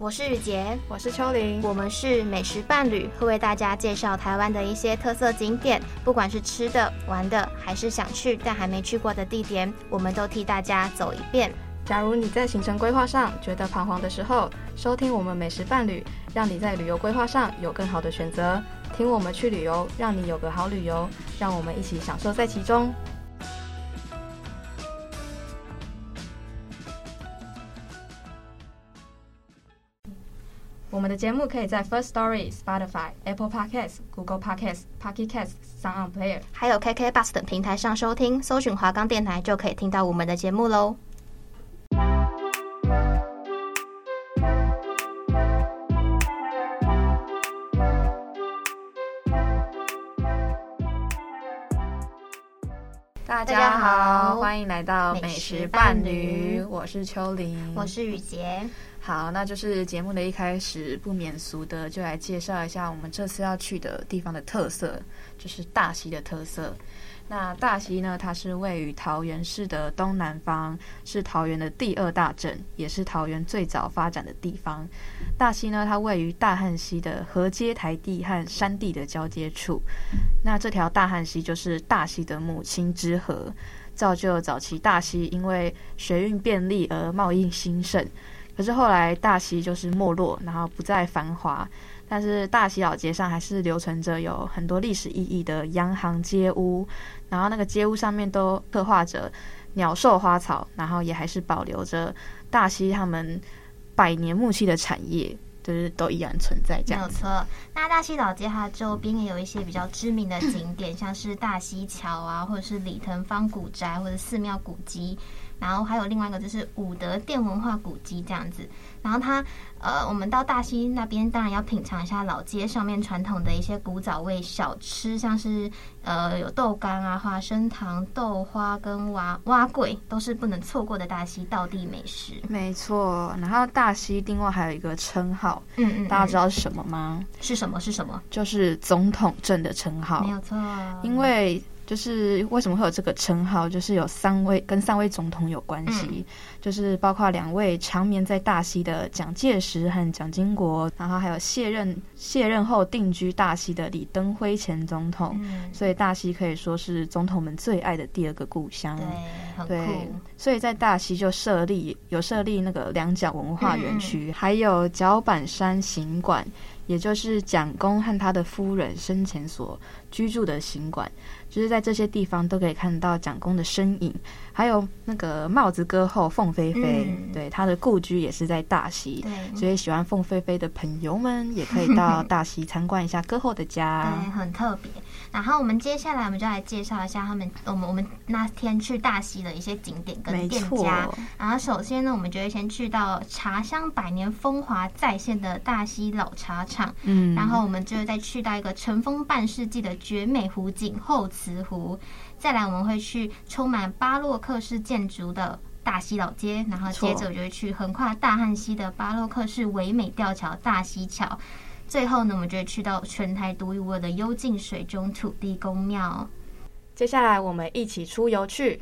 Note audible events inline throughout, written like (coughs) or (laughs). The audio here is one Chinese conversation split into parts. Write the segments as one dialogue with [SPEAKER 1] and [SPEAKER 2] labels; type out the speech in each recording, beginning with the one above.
[SPEAKER 1] 我是雨杰，
[SPEAKER 2] 我是秋玲，
[SPEAKER 1] 我们是美食伴侣，会为大家介绍台湾的一些特色景点，不管是吃的、玩的，还是想去但还没去过的地点，我们都替大家走一遍。
[SPEAKER 2] 假如你在行程规划上觉得彷徨的时候，收听我们美食伴侣，让你在旅游规划上有更好的选择。听我们去旅游，让你有个好旅游。让我们一起享受在其中。我们的节目可以在 First Story、Spotify、Apple Podcasts、Google Podcasts、Pocket Casts、Sound On Player。
[SPEAKER 1] 还有 KK Bus 等平台上收听，搜寻华冈电台就可以听到我们的节目喽。
[SPEAKER 2] 大
[SPEAKER 1] 家好
[SPEAKER 2] 欢迎来到美食伴侣，我是秋玲，
[SPEAKER 1] 我是雨杰，
[SPEAKER 2] 好，那就是节目的一开始，不免俗的就来介绍一下我们这次要去的地方的特色，就是大溪的特色。那大溪呢，它是位于桃园市的东南方，是桃园的第二大镇，也是桃园最早发展的地方。大溪呢，它位于大汉溪的河街台地和山地的交接处。那这条大汉溪就是大溪的母亲之河，造就早期大溪因为学运便利而贸易兴盛。可是后来大溪就是没落，然后不再繁华。但是大溪老街上还是留存着有很多历史意义的洋行街屋，然后那个街屋上面都刻画着鸟兽花草，然后也还是保留着大溪他们百年木器的产业，就是都依然存在这
[SPEAKER 1] 没
[SPEAKER 2] 样
[SPEAKER 1] 有
[SPEAKER 2] 子。
[SPEAKER 1] 错。那大溪老街它周边也有一些比较知名的景点，像是大溪桥啊，或者是李腾芳古宅，或者寺庙古迹。然后还有另外一个就是武德殿文化古迹这样子，然后它呃，我们到大溪那边当然要品尝一下老街上面传统的一些古早味小吃，像是呃有豆干啊、花生糖、豆花跟蛙蛙桂，都是不能错过的大溪道地美食。
[SPEAKER 2] 没错，然后大溪另外还有一个称号，
[SPEAKER 1] 嗯嗯，
[SPEAKER 2] 大家知
[SPEAKER 1] 道
[SPEAKER 2] 道是什么吗？
[SPEAKER 1] 是什么是什么？
[SPEAKER 2] 就是总统镇的称号
[SPEAKER 1] 没。有错，
[SPEAKER 2] 因为就是为什么会有这个称号，就是有三位跟三位总统有关系，
[SPEAKER 1] 嗯
[SPEAKER 2] 就是包括两位长眠在大溪的蒋介石和蒋经国，然后还有卸任卸任后定居大溪的李登辉前总统，
[SPEAKER 1] 嗯，
[SPEAKER 2] 所以大溪可以说是总统们最爱的第二个故乡
[SPEAKER 1] 对。，很
[SPEAKER 2] 嗯对
[SPEAKER 1] 酷。，
[SPEAKER 2] 所以在大溪就设立有设立那个两角文化园区，还有脚板山行馆，也就是蒋公和他的夫人生前所居住的行馆，就是在这些地方都可以看到蒋公的身影，还有那个帽子歌后凤飞飞，
[SPEAKER 1] 嗯
[SPEAKER 2] 对，她的故居也是在大溪。
[SPEAKER 1] 对，嗯
[SPEAKER 2] 所以喜欢凤飞飞的朋友们，也可以到大溪参观一下歌后的家。
[SPEAKER 1] 对，很特别。然后我们接下来我们就来介绍一下他们，我们我们那天去大溪的一些景点跟
[SPEAKER 2] 没
[SPEAKER 1] 店
[SPEAKER 2] 错，
[SPEAKER 1] 家。然后首先呢，我们就会先去到茶香百年风华再现的大溪老茶厂，
[SPEAKER 2] 嗯，
[SPEAKER 1] 然后我们就会再去到一个尘封半世纪的绝美湖景后慈湖，再来我们会去充满巴洛克式建筑的。大溪老街，然后接
[SPEAKER 2] 错
[SPEAKER 1] 着我就会去横跨大汉溪的巴洛克式唯美吊桥大溪桥，最后呢，我们就会去到全台独一无二的幽静水中土地公庙。
[SPEAKER 2] 接下来我们一起出游去。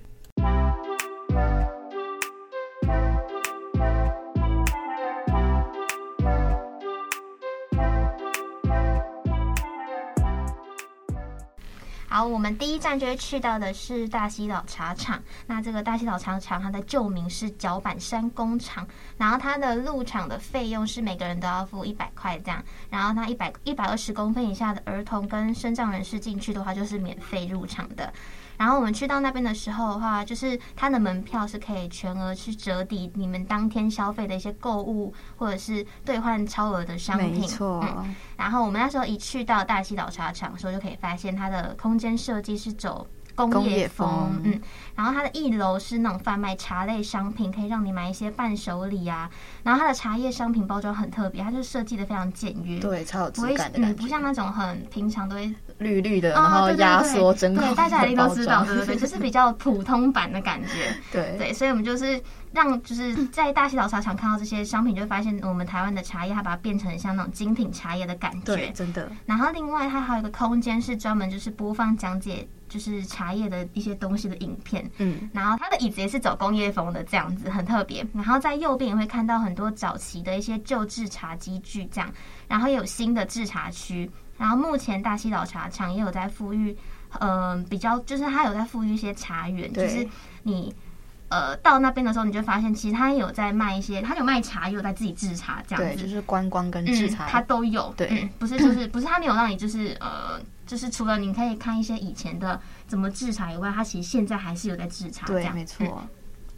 [SPEAKER 1] 好，我们第一站就会去到的是大溪老茶厂。那这个大溪老茶厂，它的旧名是脚板山工厂，然后它的入场的费用是每个人都要付一百块这样，然后它一百一百二十公分以下的儿童跟身障人士进去的话，就是免费入场的。然后我们去到那边的时候的话，就是它的门票是可以全额去折抵你们当天消费的一些购物或者是兑换超额的商品。
[SPEAKER 2] 没错，
[SPEAKER 1] 嗯然后我们那时候一去到大溪老茶厂的时候，就可以发现它的空间设计是走工
[SPEAKER 2] 工
[SPEAKER 1] 业
[SPEAKER 2] 业
[SPEAKER 1] 风
[SPEAKER 2] 风，
[SPEAKER 1] 嗯，然后它的一楼是那种贩卖茶类商品，可以让你买一些伴手礼啊。然后它的茶叶商品包装很特别，它就是设计的非常简约，
[SPEAKER 2] 对，超有
[SPEAKER 1] 不
[SPEAKER 2] 质
[SPEAKER 1] 会
[SPEAKER 2] 感的
[SPEAKER 1] 嗯
[SPEAKER 2] 感
[SPEAKER 1] 不
[SPEAKER 2] 觉，
[SPEAKER 1] 像那种很平常都会
[SPEAKER 2] 绿绿的，
[SPEAKER 1] 哦
[SPEAKER 2] 然后
[SPEAKER 1] 对对
[SPEAKER 2] 压
[SPEAKER 1] 对
[SPEAKER 2] 缩真空的
[SPEAKER 1] 对，
[SPEAKER 2] 包装，
[SPEAKER 1] 大家一定都知道，对对对，就是比较普通版的感觉。
[SPEAKER 2] (laughs) 对
[SPEAKER 1] 对，所以我们就是让就是在大溪老茶厂看到这些商品，就会发现我们台湾的茶叶，它把它变成像那种精品茶叶的感
[SPEAKER 2] 对，
[SPEAKER 1] 觉。
[SPEAKER 2] 真的，
[SPEAKER 1] 然后另外它还有一个空间是专门就是播放讲解就是茶叶的一些东西的影片。
[SPEAKER 2] 嗯，
[SPEAKER 1] 然后它的椅子也是走工业风的这样子，很特别。然后在右边也会看到很多早期的一些旧制茶机具这样，然后也有新的制茶区。然后目前大溪老茶厂也有在富裕，嗯、比较就是它有在富裕一些茶园，就
[SPEAKER 2] 对
[SPEAKER 1] 是你。呃，到那边的时候，你就发现其实它也有在卖一些，它有卖茶，也有在自己制茶这样
[SPEAKER 2] 对，
[SPEAKER 1] 子
[SPEAKER 2] 就。是观光跟
[SPEAKER 1] 嗯，
[SPEAKER 2] 制茶，
[SPEAKER 1] 它都有。
[SPEAKER 2] 对
[SPEAKER 1] 嗯，不
[SPEAKER 2] (laughs)
[SPEAKER 1] 是就是不是它没有让你就是呃，就是除了你可以看一些以前的怎么制茶以外，它其实现在还是有在制茶。这
[SPEAKER 2] 对，
[SPEAKER 1] 样
[SPEAKER 2] 没错，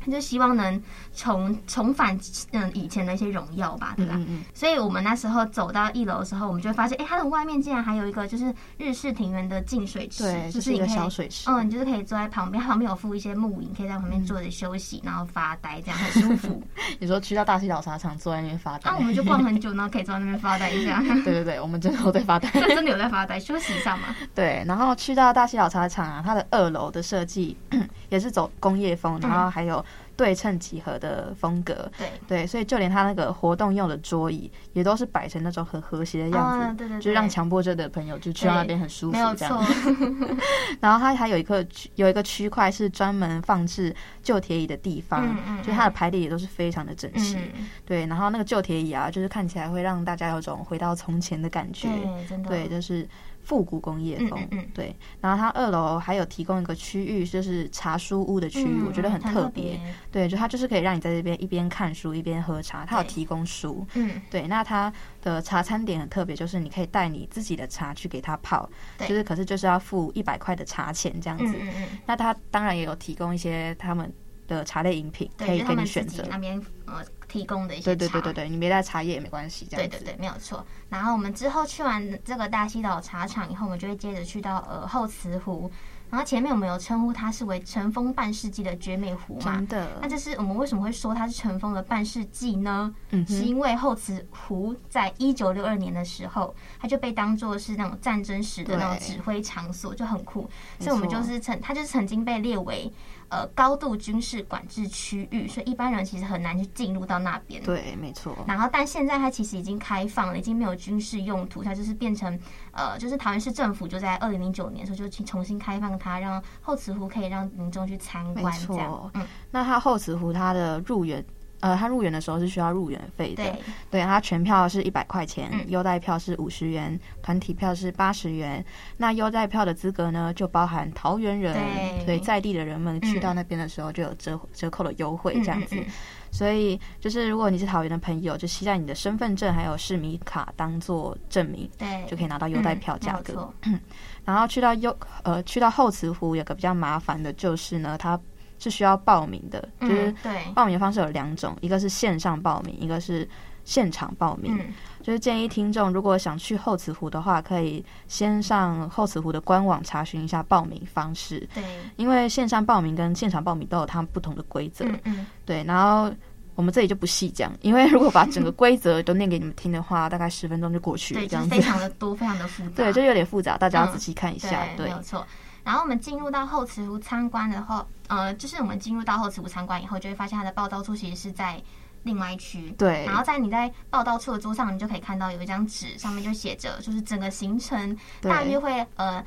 [SPEAKER 1] 他就希望能重重返嗯以前的一些荣耀吧，对
[SPEAKER 2] 嗯
[SPEAKER 1] 吧？
[SPEAKER 2] 嗯嗯，
[SPEAKER 1] 所以我们那时候走到一楼的时候，我们就会发现，哎、它的外面竟然还有一个就是日式庭园的净水池，
[SPEAKER 2] 对，
[SPEAKER 1] 就
[SPEAKER 2] 就是是一
[SPEAKER 1] 你可
[SPEAKER 2] 个
[SPEAKER 1] 以。
[SPEAKER 2] 小水池，嗯
[SPEAKER 1] 嗯，你就是可以坐在旁边，它旁边有附一些木椅，可以在旁边坐着休息，然后发呆，这样
[SPEAKER 2] (laughs)
[SPEAKER 1] 很舒服。
[SPEAKER 2] 你说去到大溪老茶厂坐在那边发呆
[SPEAKER 1] 那、，我们就逛很久，然后可以坐在那边发呆一 (laughs) 下。
[SPEAKER 2] 对对对，我们真的都在发呆。
[SPEAKER 1] 但真的有在发呆，休息一下嘛。
[SPEAKER 2] (laughs) 对，然后去到大溪老茶厂啊，它的二楼的设计 (coughs) 也是走工业风，然后还有对称几何的风格。
[SPEAKER 1] 对，
[SPEAKER 2] 嗯对，所以就连它那个活动用的桌椅也都是摆成那种很和谐的样子，
[SPEAKER 1] 啊，对对对，
[SPEAKER 2] 就让强迫症的朋友就去到那边很舒服
[SPEAKER 1] 没有
[SPEAKER 2] 这
[SPEAKER 1] 错
[SPEAKER 2] 样。，
[SPEAKER 1] (laughs)
[SPEAKER 2] 然后它还有一个区有一个区块是专门放置旧铁椅的地方，
[SPEAKER 1] 嗯嗯
[SPEAKER 2] 就它的排列也都是非常的整齐。
[SPEAKER 1] 嗯，
[SPEAKER 2] 对，然后那个旧铁椅啊，就是看起来会让大家有种回到从前的感觉。
[SPEAKER 1] 对，真的，
[SPEAKER 2] 对，就是复古工业风。
[SPEAKER 1] 嗯嗯嗯嗯
[SPEAKER 2] 对，然后它二楼还有提供一个区域，就是茶书屋的区域，
[SPEAKER 1] 嗯
[SPEAKER 2] 我觉得很
[SPEAKER 1] 很
[SPEAKER 2] 特
[SPEAKER 1] 别
[SPEAKER 2] 别。，对，就它就是可以让你在这边一边看书一边喝茶，它有
[SPEAKER 1] 对
[SPEAKER 2] 提供书。
[SPEAKER 1] 嗯，
[SPEAKER 2] 对，那它的茶餐点很特别，就是你可以带你自己的茶去给它泡，
[SPEAKER 1] 对
[SPEAKER 2] 就是可是就是要付一百块的茶钱这样
[SPEAKER 1] 嗯
[SPEAKER 2] 子。
[SPEAKER 1] 嗯嗯，
[SPEAKER 2] 那它当然也有提供一些他们的茶类饮品可
[SPEAKER 1] 对，
[SPEAKER 2] 以
[SPEAKER 1] 就
[SPEAKER 2] 给
[SPEAKER 1] 他们
[SPEAKER 2] 你
[SPEAKER 1] 自
[SPEAKER 2] 选
[SPEAKER 1] 己
[SPEAKER 2] 择。
[SPEAKER 1] 那边呃提供的一些
[SPEAKER 2] 对对对
[SPEAKER 1] 茶
[SPEAKER 2] 对对，你没带茶叶也没关系，这样
[SPEAKER 1] 对
[SPEAKER 2] 子。
[SPEAKER 1] 对对，没有错。然后我们之后去完这个大溪岛茶厂以后，我们就会接着去到呃后慈湖。然后前面我们有称呼它是为尘封半世纪的绝美湖嘛
[SPEAKER 2] 真？的
[SPEAKER 1] 那。这是我们为什么会说它是尘封的半世纪呢？
[SPEAKER 2] 嗯
[SPEAKER 1] 是
[SPEAKER 2] 哼，
[SPEAKER 1] 因为后慈湖在一九六二年的时候，它就被当做是那种战争时的那种
[SPEAKER 2] 对
[SPEAKER 1] 指挥场所，就很酷。
[SPEAKER 2] 没
[SPEAKER 1] 所以我们就
[SPEAKER 2] 错
[SPEAKER 1] 是曾，它就是曾经被列为呃高度军事管制区域，所以一般人其实很难去进入到那边。
[SPEAKER 2] 对，没错。
[SPEAKER 1] 然后，但现在它其实已经开放了，已经没有军事用途，它就是变成呃，就是桃园市政府就在二零零九年的时候就去重新开放它，让后慈湖可以让民众去参观
[SPEAKER 2] 没
[SPEAKER 1] 这
[SPEAKER 2] 错
[SPEAKER 1] 样。嗯，
[SPEAKER 2] 那它后池湖它的入园，呃，它入园的时候是需要入园费的，
[SPEAKER 1] 对，
[SPEAKER 2] 对，它全票是一百块钱
[SPEAKER 1] 嗯，
[SPEAKER 2] 优待票是五十元，团体票是八十元。那优待票的资格呢，就包含桃园人，
[SPEAKER 1] 对
[SPEAKER 2] 所以在地的人们去
[SPEAKER 1] 嗯
[SPEAKER 2] 到那边的时候就有折折扣的优惠这样子。
[SPEAKER 1] 嗯嗯嗯
[SPEAKER 2] 所以就是如果你是桃园的朋友，就期待你的身份证还有市民卡当做证明。
[SPEAKER 1] 嗯对，
[SPEAKER 2] 就可以拿到优待票价格，
[SPEAKER 1] 嗯没有错
[SPEAKER 2] 然后去到优呃去到后池湖有个比较麻烦的就是呢，它是需要报名的，就是
[SPEAKER 1] 嗯，对，
[SPEAKER 2] 报名的方式有两种，一个是线上报名，一个是现场报名。
[SPEAKER 1] 嗯，
[SPEAKER 2] 就是建议听众，如果想去后慈湖的话，可以先上后慈湖的官网查询一下报名方式，
[SPEAKER 1] 对。
[SPEAKER 2] 因为线上报名跟现场报名都有它们不同的规则。
[SPEAKER 1] 嗯嗯，
[SPEAKER 2] 对，然后我们这里就不细讲，因为如果把整个规则都念给你们听的话，大概十分钟就过去了，
[SPEAKER 1] 对，
[SPEAKER 2] 这
[SPEAKER 1] 就是
[SPEAKER 2] 样子
[SPEAKER 1] 非。常的多，非常的复杂。
[SPEAKER 2] (laughs) 对，就有点复杂，大家
[SPEAKER 1] 嗯
[SPEAKER 2] 要仔细看一
[SPEAKER 1] 对
[SPEAKER 2] 下。
[SPEAKER 1] 没
[SPEAKER 2] 对
[SPEAKER 1] 有错。然后我们进入到后池湖参观的后，呃，就是我们进入到后池湖参观以后，就会发现它的报道处其实是在另外一区。
[SPEAKER 2] 对
[SPEAKER 1] 然后在你在报道处的桌上，你就可以看到有一张纸，上面就写着就是整个行程
[SPEAKER 2] 对
[SPEAKER 1] 大约会呃。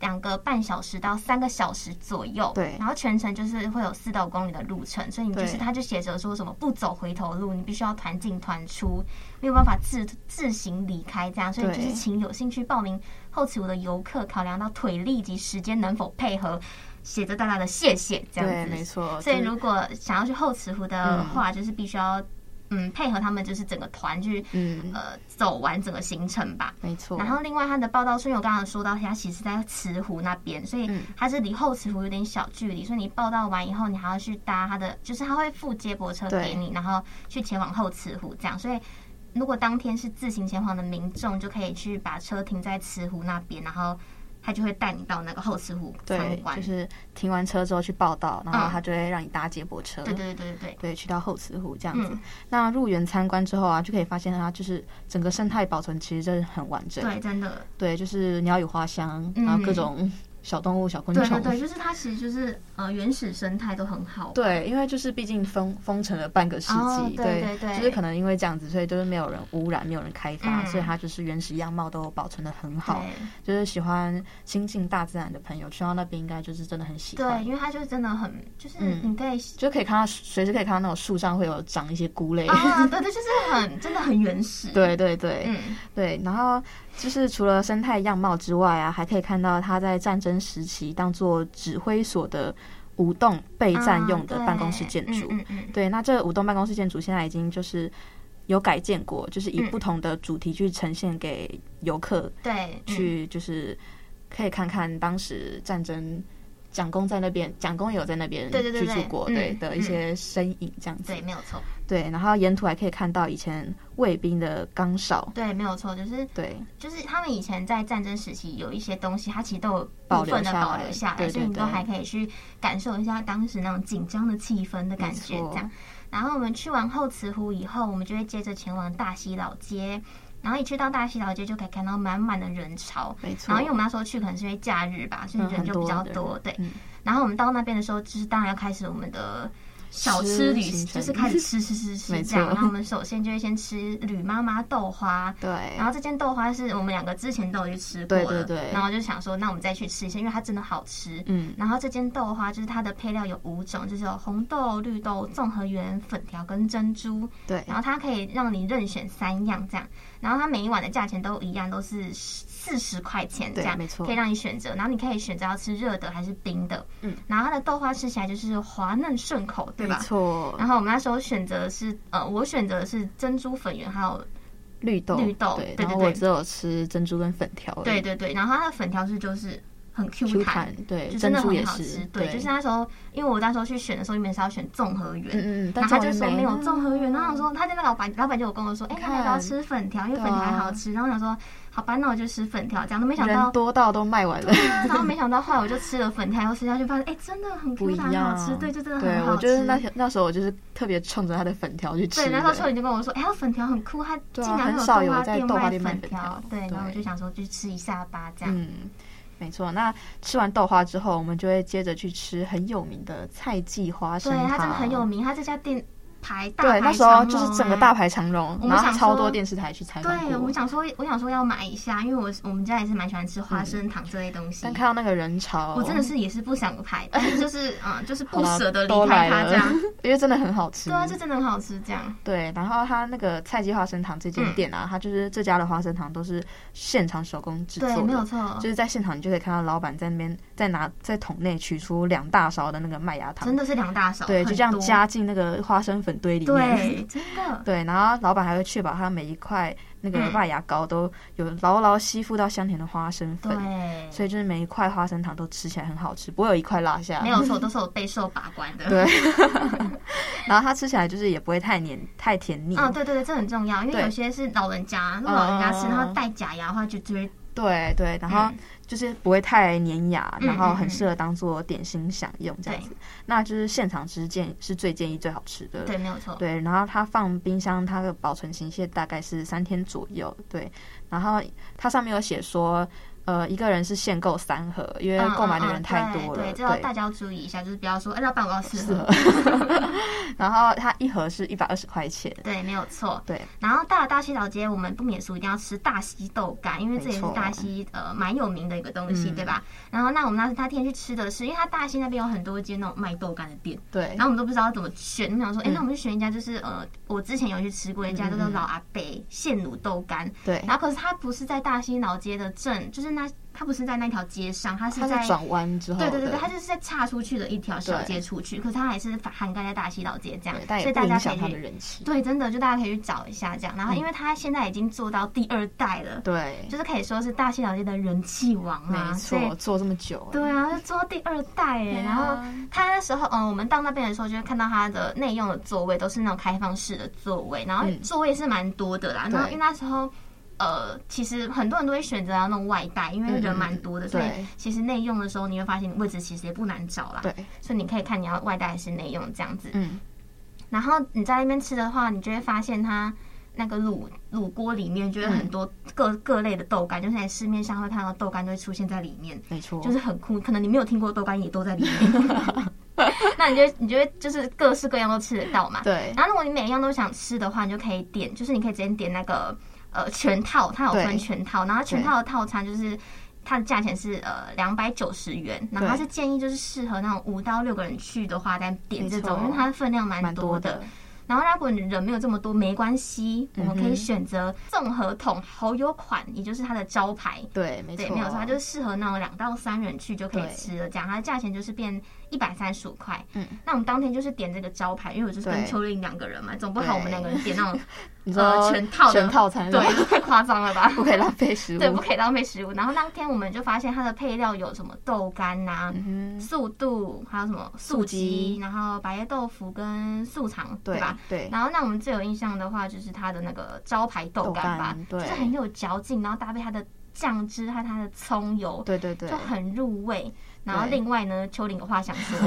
[SPEAKER 1] 两个半小时到三个小时左右，
[SPEAKER 2] 对
[SPEAKER 1] 然后全程就是会有四到五公里的路程，所以你就是
[SPEAKER 2] 对
[SPEAKER 1] 它就写着说什么不走回头路，你必须要团进团出，没有办法自自行离开这样，所以就是
[SPEAKER 2] 对
[SPEAKER 1] 请有兴趣报名后期我的游客考量到腿力及时间能否配合，写着大大的谢谢这
[SPEAKER 2] 对，
[SPEAKER 1] 样
[SPEAKER 2] 没
[SPEAKER 1] 子。
[SPEAKER 2] 错。
[SPEAKER 1] 所以
[SPEAKER 2] 哦就是
[SPEAKER 1] 如果想要去后池湖的
[SPEAKER 2] 嗯
[SPEAKER 1] 话，就是必须要嗯配合他们，就是整个团去
[SPEAKER 2] 嗯，
[SPEAKER 1] 呃走完整个行程吧。
[SPEAKER 2] 没错。
[SPEAKER 1] 然后另外它的报道处，因为我刚刚说到它其实在慈湖那边，所以
[SPEAKER 2] 嗯
[SPEAKER 1] 它是离后慈湖有点小距离，所以你报道完以后，你还要去搭它的，就是它会附接驳车给
[SPEAKER 2] 对
[SPEAKER 1] 你，然后去前往后慈湖这样。所以如果当天是自行前往的民众，就可以去把车停在慈湖那边，然后。他就会带你到那个后四湖参
[SPEAKER 2] 对，
[SPEAKER 1] 观。
[SPEAKER 2] 就是停完车之后去报到，然后他就会让你搭接驳车。
[SPEAKER 1] 嗯对对对对对，
[SPEAKER 2] 对，去到后慈湖这样子。
[SPEAKER 1] 嗯
[SPEAKER 2] 那入园参观之后啊，就可以发现它就是整个生态保存其实真的很完整。
[SPEAKER 1] 对，真的，
[SPEAKER 2] 对，就是鸟语花香，
[SPEAKER 1] 嗯
[SPEAKER 2] 然后各种小动物、小昆
[SPEAKER 1] 对
[SPEAKER 2] 虫。
[SPEAKER 1] 对对，就是它其实就是呃原始生态都很好。
[SPEAKER 2] 对因为就是毕竟封封城了半个世纪，
[SPEAKER 1] 哦对对对
[SPEAKER 2] 就是可能因为这样子，所以就是没有人污染，没有人开发，
[SPEAKER 1] 嗯
[SPEAKER 2] 所以它就是原始样貌都保存的很好
[SPEAKER 1] 对。
[SPEAKER 2] 就是喜欢亲近大自然的朋友，去到那边应该就是真的很喜欢
[SPEAKER 1] 对，。因为它就是真的很，就是
[SPEAKER 2] 嗯
[SPEAKER 1] 你
[SPEAKER 2] (laughs)
[SPEAKER 1] 可以。
[SPEAKER 2] 就可以看到，随时可以看到那种树上会有长一些菇类。
[SPEAKER 1] 啊，对对，就是很真的很原始。，
[SPEAKER 2] (laughs) 对对对，
[SPEAKER 1] 嗯，
[SPEAKER 2] 对，然后就是除了生态样貌之外啊，还可以看到他在战争时期当做指挥所的五栋备战用的
[SPEAKER 1] 啊
[SPEAKER 2] 办公室建筑。
[SPEAKER 1] 对嗯嗯
[SPEAKER 2] 对，那这五栋办公室建筑现在已经就是有改建过，就是以
[SPEAKER 1] 嗯
[SPEAKER 2] 不同的主题去呈现给游客
[SPEAKER 1] 嗯，对，嗯
[SPEAKER 2] 去，就是可以看看当时战争。蒋公在那边，蒋公也有在那边
[SPEAKER 1] 对对对
[SPEAKER 2] 居住
[SPEAKER 1] 对
[SPEAKER 2] 过，
[SPEAKER 1] 嗯
[SPEAKER 2] 对的一
[SPEAKER 1] 嗯
[SPEAKER 2] 些身影这样子。
[SPEAKER 1] 对，没有错，
[SPEAKER 2] 对，然后沿途还可以看到以前卫兵的岗哨，
[SPEAKER 1] 对，没有错，就是
[SPEAKER 2] 对，
[SPEAKER 1] 就是他们以前在战争时期有一些东西，它其实都有
[SPEAKER 2] 保
[SPEAKER 1] 部
[SPEAKER 2] 留
[SPEAKER 1] 分的
[SPEAKER 2] 下来
[SPEAKER 1] 保留下来，
[SPEAKER 2] 对对
[SPEAKER 1] 所以你都
[SPEAKER 2] 对
[SPEAKER 1] 还可以去感受一下当时那种紧张的气氛的感觉
[SPEAKER 2] 没错
[SPEAKER 1] 这样。然后我们去完后慈湖以后，我们就会接着前往大溪老街。然后一去到大溪老街，就可以看到满满的人潮。
[SPEAKER 2] 没错。
[SPEAKER 1] 然后因为我们那时候去可能是因为假日吧，所以
[SPEAKER 2] 嗯
[SPEAKER 1] 人就比较
[SPEAKER 2] 很多
[SPEAKER 1] 多。对
[SPEAKER 2] 嗯，
[SPEAKER 1] 然后我们到那边的时候，就是当然要开始我们的小
[SPEAKER 2] 吃
[SPEAKER 1] 吃旅，
[SPEAKER 2] 行
[SPEAKER 1] 就是
[SPEAKER 2] 程
[SPEAKER 1] 开始吃吃吃吃
[SPEAKER 2] 没
[SPEAKER 1] 这样。
[SPEAKER 2] 错
[SPEAKER 1] 然后我们首先就会先吃吕妈妈豆花，
[SPEAKER 2] 对，
[SPEAKER 1] 然后这间豆花是我们两个之前都有去吃过
[SPEAKER 2] 对
[SPEAKER 1] 了，
[SPEAKER 2] 对对
[SPEAKER 1] 然后就想说，那我们再去吃一下，因为它真的好吃。
[SPEAKER 2] 嗯，
[SPEAKER 1] 然后这间豆花就是它的配料有五种，就是有红豆、绿豆、综合圆、粉条跟珍珠。
[SPEAKER 2] 对，
[SPEAKER 1] 然后它可以让你任选三样这样，然后它每一碗的价钱都一样，都是四十块钱这
[SPEAKER 2] 对
[SPEAKER 1] 样，
[SPEAKER 2] 没错
[SPEAKER 1] 可以让你选择。然后你可以选择要吃热的还是冰的。
[SPEAKER 2] 嗯，
[SPEAKER 1] 然后它的豆花吃起来就是滑嫩顺口，对
[SPEAKER 2] 没
[SPEAKER 1] 吧？
[SPEAKER 2] 错，
[SPEAKER 1] 然后我们那时候选择的是，呃，我选择的是珍珠粉圆还有
[SPEAKER 2] 绿豆，
[SPEAKER 1] 绿豆
[SPEAKER 2] 对，
[SPEAKER 1] 对
[SPEAKER 2] 然后
[SPEAKER 1] 对对
[SPEAKER 2] 我只有吃珍珠跟粉条而已，
[SPEAKER 1] 对对对，然后它的粉条是就是很 Q
[SPEAKER 2] ，Q
[SPEAKER 1] 弹，
[SPEAKER 2] 弹，对，
[SPEAKER 1] 就真
[SPEAKER 2] 珍
[SPEAKER 1] 的
[SPEAKER 2] 珠
[SPEAKER 1] 很
[SPEAKER 2] 也
[SPEAKER 1] 好
[SPEAKER 2] 是
[SPEAKER 1] 吃。，对，就是那时候，因为我那时候去选的时候，原本是要选综合圆。
[SPEAKER 2] 嗯嗯嗯，
[SPEAKER 1] 然
[SPEAKER 2] 但
[SPEAKER 1] 后他
[SPEAKER 2] 中
[SPEAKER 1] 就
[SPEAKER 2] 文
[SPEAKER 1] 说没有综合圆，然后我
[SPEAKER 2] 啊
[SPEAKER 1] 说他就那老板，老板就有跟我说，哎，
[SPEAKER 2] 看
[SPEAKER 1] 他要不要吃粉条？因为粉条还好吃。然后我想说，好吧，那我就吃粉条，这样都没想
[SPEAKER 2] 啊人
[SPEAKER 1] 到，
[SPEAKER 2] 多到都卖
[SPEAKER 1] (laughs)
[SPEAKER 2] 完了，
[SPEAKER 1] 然后没想到后来我就吃了粉条，然后吃下去发现，哎，真的很 Q
[SPEAKER 2] 不一
[SPEAKER 1] 弹，很
[SPEAKER 2] 样，
[SPEAKER 1] 好吃，对，就真的
[SPEAKER 2] 对
[SPEAKER 1] 很好
[SPEAKER 2] 我
[SPEAKER 1] 吃。
[SPEAKER 2] 就是那那时候我就是特别冲着他的粉条去吃的，
[SPEAKER 1] 对，那时候秋雨就跟我说，哎、它粉条很酷，它竟
[SPEAKER 2] 对啊
[SPEAKER 1] 然
[SPEAKER 2] 很
[SPEAKER 1] 有
[SPEAKER 2] 少
[SPEAKER 1] 豆
[SPEAKER 2] 有
[SPEAKER 1] 花
[SPEAKER 2] 在
[SPEAKER 1] 店
[SPEAKER 2] 豆花
[SPEAKER 1] 卖
[SPEAKER 2] 店卖
[SPEAKER 1] 粉
[SPEAKER 2] 粉
[SPEAKER 1] 条
[SPEAKER 2] 条，
[SPEAKER 1] 对，然后我
[SPEAKER 2] 对
[SPEAKER 1] 就想说去吃一下吧，这样。
[SPEAKER 2] 嗯。没错，那吃完豆花之后，我们就会接着去吃很有名的菜记花生
[SPEAKER 1] 对，它真的
[SPEAKER 2] 汤
[SPEAKER 1] 很有。名，它这家店排大
[SPEAKER 2] 对，
[SPEAKER 1] 排
[SPEAKER 2] 那时候
[SPEAKER 1] 长
[SPEAKER 2] 就是
[SPEAKER 1] 龙
[SPEAKER 2] 整个
[SPEAKER 1] 哎
[SPEAKER 2] 大排长龙，
[SPEAKER 1] 我们
[SPEAKER 2] 然后
[SPEAKER 1] 想
[SPEAKER 2] 超
[SPEAKER 1] 说
[SPEAKER 2] 多电视台去采访
[SPEAKER 1] 对，我
[SPEAKER 2] 过。
[SPEAKER 1] 想说，我想说要买一下，因为我我们家也是蛮喜欢吃花生糖这类东西。
[SPEAKER 2] 嗯但看到那个人潮，
[SPEAKER 1] 我真的是也是不想排，但是
[SPEAKER 2] (laughs)
[SPEAKER 1] 就是嗯，就是
[SPEAKER 2] 好
[SPEAKER 1] 不
[SPEAKER 2] 啦
[SPEAKER 1] 舍得
[SPEAKER 2] 都
[SPEAKER 1] 离开
[SPEAKER 2] 来
[SPEAKER 1] 它
[SPEAKER 2] 了，
[SPEAKER 1] 这样。
[SPEAKER 2] (laughs) 因为真的很好吃。
[SPEAKER 1] 对啊，这真的很好吃，这样。
[SPEAKER 2] 对然后它那个菜记花生糖这间店啊，它就是这家的花生糖都是现场手工制
[SPEAKER 1] 对，
[SPEAKER 2] 作
[SPEAKER 1] 没有
[SPEAKER 2] 的，
[SPEAKER 1] 错
[SPEAKER 2] 就，是在现场你就可以看到老板在那边在拿在桶内取出两大勺的那个麦芽糖，
[SPEAKER 1] 真的是两大勺，
[SPEAKER 2] 对，
[SPEAKER 1] 很
[SPEAKER 2] 就这样
[SPEAKER 1] 多。
[SPEAKER 2] 加进那个花生粉堆里面。
[SPEAKER 1] 对，真的。
[SPEAKER 2] (laughs) 对，然后老板还会确保它每一块那个
[SPEAKER 1] 嗯
[SPEAKER 2] 麦芽膏都有牢牢吸附到香甜的花生粉，
[SPEAKER 1] 对，
[SPEAKER 2] 所以就是每一块花生糖都吃起来很好吃，不会有一块落下。
[SPEAKER 1] 没有错，都是有备受把关的。
[SPEAKER 2] 对，然后它吃起来就是也不会太黏太甜腻。
[SPEAKER 1] 啊，对对对，这很重要，因为
[SPEAKER 2] 对
[SPEAKER 1] 有些是老人家，如果老人家吃，
[SPEAKER 2] 嗯嗯嗯
[SPEAKER 1] 然后戴假牙的话，就就会
[SPEAKER 2] 对对，然后
[SPEAKER 1] 嗯
[SPEAKER 2] 就是不会太粘牙，
[SPEAKER 1] 嗯
[SPEAKER 2] 然后
[SPEAKER 1] 嗯
[SPEAKER 2] 很
[SPEAKER 1] 嗯
[SPEAKER 2] 适合当做点心享用这样子。那就是现场吃建是最建议最好吃的。
[SPEAKER 1] 对，没有错，
[SPEAKER 2] 对，然后它放冰箱，它的保存期限大概是三天左右。对，然后它上面有写说，呃，一个人是限购三盒，因为
[SPEAKER 1] 嗯
[SPEAKER 2] 购买的
[SPEAKER 1] 嗯
[SPEAKER 2] 人
[SPEAKER 1] 嗯
[SPEAKER 2] 太多
[SPEAKER 1] 对
[SPEAKER 2] 了。
[SPEAKER 1] 对，
[SPEAKER 2] 啊
[SPEAKER 1] 这要大家要注意一下，就是不要说，哎，老板我要四
[SPEAKER 2] 四
[SPEAKER 1] 盒
[SPEAKER 2] 盒，然后它一盒是一百二十块钱。
[SPEAKER 1] 对，没有错。
[SPEAKER 2] 对，
[SPEAKER 1] 然后到了大溪老街，我们不免俗一定要吃大溪豆干，因为这也是
[SPEAKER 2] 没错
[SPEAKER 1] 大溪呃蛮有名的一个东西，
[SPEAKER 2] 嗯
[SPEAKER 1] 对吧？然后那我们那时他天去吃的是，因为他大溪那边有很多间那种卖豆干的店，
[SPEAKER 2] 对，嗯
[SPEAKER 1] 然后我们都不知道怎么选，我们想说，哎，那我们就选一家，就是呃，我之前有去吃过一家，
[SPEAKER 2] 嗯嗯
[SPEAKER 1] 叫做老阿伯现卤豆干，
[SPEAKER 2] 对，
[SPEAKER 1] 然后可是它不是在大溪老街的正，就是那它不是在那条街上，它是
[SPEAKER 2] 它
[SPEAKER 1] 在
[SPEAKER 2] 是转弯之后
[SPEAKER 1] 对
[SPEAKER 2] 的，
[SPEAKER 1] 对对对，它就是在岔出去的一条小
[SPEAKER 2] 对
[SPEAKER 1] 街出去，可是它还是涵盖在大溪老街这样
[SPEAKER 2] 对，但
[SPEAKER 1] 所
[SPEAKER 2] 也
[SPEAKER 1] 以
[SPEAKER 2] 不
[SPEAKER 1] 大
[SPEAKER 2] 影
[SPEAKER 1] 家可
[SPEAKER 2] 响它
[SPEAKER 1] 以
[SPEAKER 2] 的
[SPEAKER 1] 去。
[SPEAKER 2] 人嗯气。
[SPEAKER 1] 对，真的就大家可以去找一下这样。然后，因为它现在已经做到第二代了，
[SPEAKER 2] 对，
[SPEAKER 1] 就是可以说是大溪老街的人气王啊啦、
[SPEAKER 2] 没
[SPEAKER 1] 所以
[SPEAKER 2] 错，做这么久，
[SPEAKER 1] 对啊，就做到第二代哎、
[SPEAKER 2] 对啊
[SPEAKER 1] 然后他那时候，嗯，我们到那边的时候，就会看到他的内用的座位都是那种开放式的座位，然后
[SPEAKER 2] 嗯
[SPEAKER 1] 座位是蛮多的啦。
[SPEAKER 2] 对
[SPEAKER 1] 然后因为那时候呃，其实很多人都会选择要弄外带，因为人蛮多的，
[SPEAKER 2] 嗯嗯嗯
[SPEAKER 1] 所以
[SPEAKER 2] 对
[SPEAKER 1] 其实内用的时候你会发现位置其实也不难找啦。
[SPEAKER 2] 对，
[SPEAKER 1] 所以你可以看你要外带还是内用这样子。
[SPEAKER 2] 嗯，
[SPEAKER 1] 然后你在那边吃的话，你就会发现它那个卤卤锅里面就是很多各、各类的豆干，就是在市面上会看到豆干都会出现在里面，
[SPEAKER 2] 没错，
[SPEAKER 1] 就是很酷。可能你没有听过豆干也都在里
[SPEAKER 2] (laughs)
[SPEAKER 1] 面，那你就你就会就是各式各样都吃得到嘛。
[SPEAKER 2] 对，
[SPEAKER 1] 然后如果你每一样都想吃的话，你就可以点，就是你可以直接点那个呃全套，它有分
[SPEAKER 2] 对
[SPEAKER 1] 全套，然后全套的套餐就是。它的价钱是呃两百九十元，然后它是建议就是适合那种五到六个人去的话再点这
[SPEAKER 2] 没
[SPEAKER 1] 种，
[SPEAKER 2] 错
[SPEAKER 1] 因为它的分量蛮
[SPEAKER 2] 蛮
[SPEAKER 1] 多
[SPEAKER 2] 多
[SPEAKER 1] 的
[SPEAKER 2] 的。，
[SPEAKER 1] 然后如果你人没有这么多没关系，我们可以
[SPEAKER 2] 嗯哼
[SPEAKER 1] 选择综合桶蚝油款，也就是它的招牌。
[SPEAKER 2] 对，没
[SPEAKER 1] 对，
[SPEAKER 2] 错，
[SPEAKER 1] 没有错，它就是适合那种两到三人去就可以
[SPEAKER 2] 对
[SPEAKER 1] 吃了，这样它的价钱就是变一百三十五块。
[SPEAKER 2] 嗯，
[SPEAKER 1] 那我们当天就是点这个招牌，因为我就是跟
[SPEAKER 2] 对
[SPEAKER 1] 秋令两个人嘛，总不好我们
[SPEAKER 2] 对
[SPEAKER 1] 两个人点那种
[SPEAKER 2] (laughs) 你
[SPEAKER 1] 呃
[SPEAKER 2] 说
[SPEAKER 1] 全套的
[SPEAKER 2] 全套餐是吧
[SPEAKER 1] 对，太夸张了吧？
[SPEAKER 2] (laughs) 不可以浪费食物，
[SPEAKER 1] 对，不可以浪费食物。然后当天我们就发现它的配料有什么豆干呐、
[SPEAKER 2] 嗯哼，
[SPEAKER 1] 素肚，还有什么素
[SPEAKER 2] 素鸡
[SPEAKER 1] 鸡，然后白叶豆腐跟素肠，对
[SPEAKER 2] 对
[SPEAKER 1] 吧？
[SPEAKER 2] 对，
[SPEAKER 1] 然后，那我们最有印象的话，就是它的那个招牌豆干吧，
[SPEAKER 2] 豆干
[SPEAKER 1] 就
[SPEAKER 2] 对
[SPEAKER 1] 是很有嚼劲，然后搭配它的酱汁和它的葱油，
[SPEAKER 2] 对对对
[SPEAKER 1] 就，很入味。然后
[SPEAKER 2] 对
[SPEAKER 1] 另外呢，秋玲有话想
[SPEAKER 2] (laughs)
[SPEAKER 1] 说，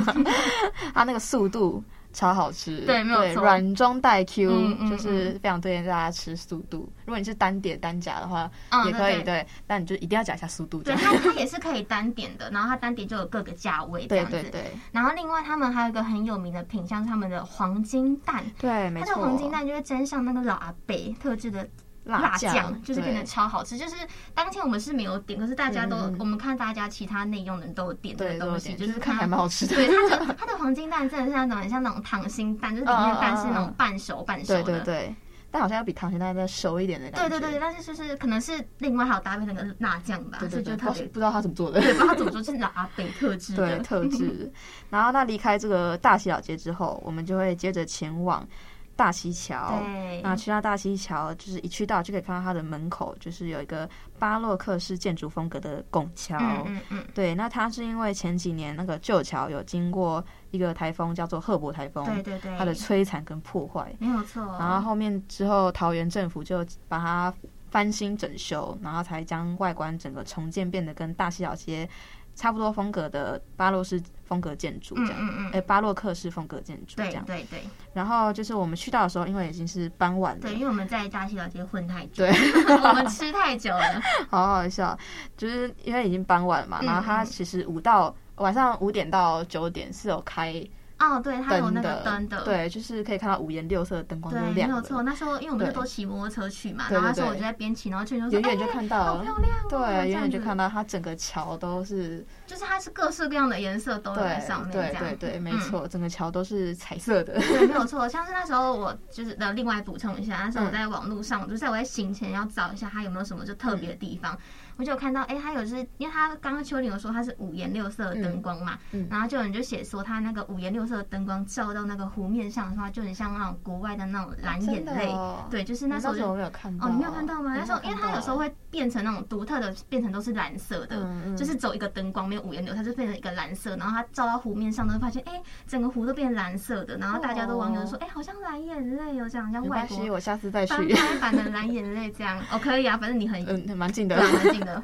[SPEAKER 2] 它那个速度超好吃，
[SPEAKER 1] 对没有错
[SPEAKER 2] 软中带 Q，、
[SPEAKER 1] 嗯嗯
[SPEAKER 2] 就是非常推荐大家吃速度。如果你是单点单夹的话，
[SPEAKER 1] 嗯
[SPEAKER 2] 也可以
[SPEAKER 1] 对对
[SPEAKER 2] 但你就一定要夹一下速度这
[SPEAKER 1] 对
[SPEAKER 2] 样。
[SPEAKER 1] 它它也是可以单点的，然后它单点就有各个价位这
[SPEAKER 2] 对
[SPEAKER 1] 样子。
[SPEAKER 2] 对对
[SPEAKER 1] 然后另外他们还有一个很有名的品相是他们的黄金蛋，
[SPEAKER 2] 对，没
[SPEAKER 1] 它
[SPEAKER 2] 错，
[SPEAKER 1] 的黄金蛋就会沾上那个老阿伯特制的辣酱，就是变得
[SPEAKER 2] 对
[SPEAKER 1] 超好吃。就是当天我们是没有点，可是大家都、
[SPEAKER 2] 嗯嗯
[SPEAKER 1] 我们看大家其他内用人都有点这
[SPEAKER 2] 对
[SPEAKER 1] 个东
[SPEAKER 2] 多
[SPEAKER 1] 西，
[SPEAKER 2] 点，
[SPEAKER 1] 就
[SPEAKER 2] 就是是看
[SPEAKER 1] 它
[SPEAKER 2] 起来蛮好吃的。
[SPEAKER 1] 对，它的它的黄金蛋真的是那种很像那种溏心蛋，就是里面的蛋是
[SPEAKER 2] 嗯
[SPEAKER 1] 那种半熟半熟的。
[SPEAKER 2] 对对对，但好像要比溏心蛋再熟一点的
[SPEAKER 1] 对
[SPEAKER 2] 感觉。
[SPEAKER 1] 对对，但是就是可能是另外还有搭配那个辣酱吧，
[SPEAKER 2] 对对
[SPEAKER 1] 所
[SPEAKER 2] 对，
[SPEAKER 1] 以就
[SPEAKER 2] 不
[SPEAKER 1] 特
[SPEAKER 2] 知
[SPEAKER 1] 别
[SPEAKER 2] 不知道它怎么做的。
[SPEAKER 1] 对，不知道怎么说，就是拿北特制
[SPEAKER 2] 对
[SPEAKER 1] 的。
[SPEAKER 2] 特
[SPEAKER 1] (laughs)
[SPEAKER 2] 质。然后那离开这个大溪老街之后，我们就会接着前往大溪桥。
[SPEAKER 1] 对
[SPEAKER 2] 那去到大溪桥，就是一去到就可以看到它的门口，就是有一个巴洛克式建筑风格的拱桥。
[SPEAKER 1] 嗯嗯嗯，
[SPEAKER 2] 对，那它是因为前几年那个旧桥有经过一个台风，叫做赫伯台风，
[SPEAKER 1] 对对对，
[SPEAKER 2] 它的摧残跟破坏。
[SPEAKER 1] 没有错。哦
[SPEAKER 2] 然后后面之后，桃园政府就把它翻新整修，然后才将外观整个重建变得跟大溪老街差不多风格的巴洛式风格建筑
[SPEAKER 1] 嗯
[SPEAKER 2] 这样，
[SPEAKER 1] 嗯嗯
[SPEAKER 2] 哎、，巴洛克式风格建筑这
[SPEAKER 1] 对
[SPEAKER 2] 样。
[SPEAKER 1] 对对
[SPEAKER 2] 然后就是我们去到的时候，因为已经是傍晚了
[SPEAKER 1] 对，，因为我们在大溪老街混太久，
[SPEAKER 2] 对，
[SPEAKER 1] (laughs) 我们吃太久了，
[SPEAKER 2] 好好笑，就是因为已经傍晚了嘛，
[SPEAKER 1] 嗯
[SPEAKER 2] 然后它其实五到晚上五点到九点是有开
[SPEAKER 1] 哦，对，它有
[SPEAKER 2] 灯
[SPEAKER 1] 那个
[SPEAKER 2] 的，
[SPEAKER 1] 灯的，
[SPEAKER 2] 对，就是可以看到五颜六色的灯光都
[SPEAKER 1] 对，没
[SPEAKER 2] 亮
[SPEAKER 1] 有
[SPEAKER 2] 了，
[SPEAKER 1] 错。那时候因为我们就
[SPEAKER 2] 对
[SPEAKER 1] 都骑摩托车去嘛，
[SPEAKER 2] 对
[SPEAKER 1] 然后
[SPEAKER 2] 对
[SPEAKER 1] 那时候我
[SPEAKER 2] 对
[SPEAKER 1] 就在边骑，然后圈就说，
[SPEAKER 2] 远远就
[SPEAKER 1] 哎
[SPEAKER 2] 看到
[SPEAKER 1] 好
[SPEAKER 2] 了，
[SPEAKER 1] 漂亮哦，
[SPEAKER 2] 对，远远就看
[SPEAKER 1] 到，
[SPEAKER 2] 到它整个桥都是
[SPEAKER 1] 就是它是各式各样的颜色都有在上面，
[SPEAKER 2] 对
[SPEAKER 1] 这样
[SPEAKER 2] 对对，没
[SPEAKER 1] 嗯
[SPEAKER 2] 错，整个桥都是彩色的。
[SPEAKER 1] 对，没
[SPEAKER 2] (laughs)
[SPEAKER 1] 有错。像是那时候我就是呃，另外补充一下，那
[SPEAKER 2] 嗯
[SPEAKER 1] 时候我在网络上，就是在我在行前要找一下它有没有什么就特别的
[SPEAKER 2] 嗯
[SPEAKER 1] 地方，我就有看到，哎、它有就是因为它刚刚秋玲有说它是五颜六色的灯光嘛，
[SPEAKER 2] 嗯嗯
[SPEAKER 1] 然后就有人就写说它那个五颜六色的灯光照到那个湖面上的话，就很像那种国外的那种蓝眼
[SPEAKER 2] 真的
[SPEAKER 1] 泪，
[SPEAKER 2] 哦
[SPEAKER 1] 对，就是
[SPEAKER 2] 你
[SPEAKER 1] 那时候就
[SPEAKER 2] 我没有看到
[SPEAKER 1] 哦，你没有看到吗？
[SPEAKER 2] 我
[SPEAKER 1] 那时候
[SPEAKER 2] 没
[SPEAKER 1] 因为
[SPEAKER 2] 看
[SPEAKER 1] 它有时候
[SPEAKER 2] 到欸
[SPEAKER 1] 会变成那种独特的，变成都是蓝色的，
[SPEAKER 2] 嗯嗯
[SPEAKER 1] 就是走一个灯光没有五颜六色，它就变成一个蓝色，然后它照到湖面上，都会发现哎、整个湖都变蓝色的，然后大家都网友说
[SPEAKER 2] 哦
[SPEAKER 1] 哎、好像蓝眼泪哦，这样像
[SPEAKER 2] 没
[SPEAKER 1] 外
[SPEAKER 2] 关
[SPEAKER 1] 国
[SPEAKER 2] 系，我下次再去
[SPEAKER 1] (laughs) 翻。拍版的蓝眼泪这样，哦可以啊，反正
[SPEAKER 2] (laughs)
[SPEAKER 1] 你很
[SPEAKER 2] 嗯，蛮近的
[SPEAKER 1] 对，蛮近的，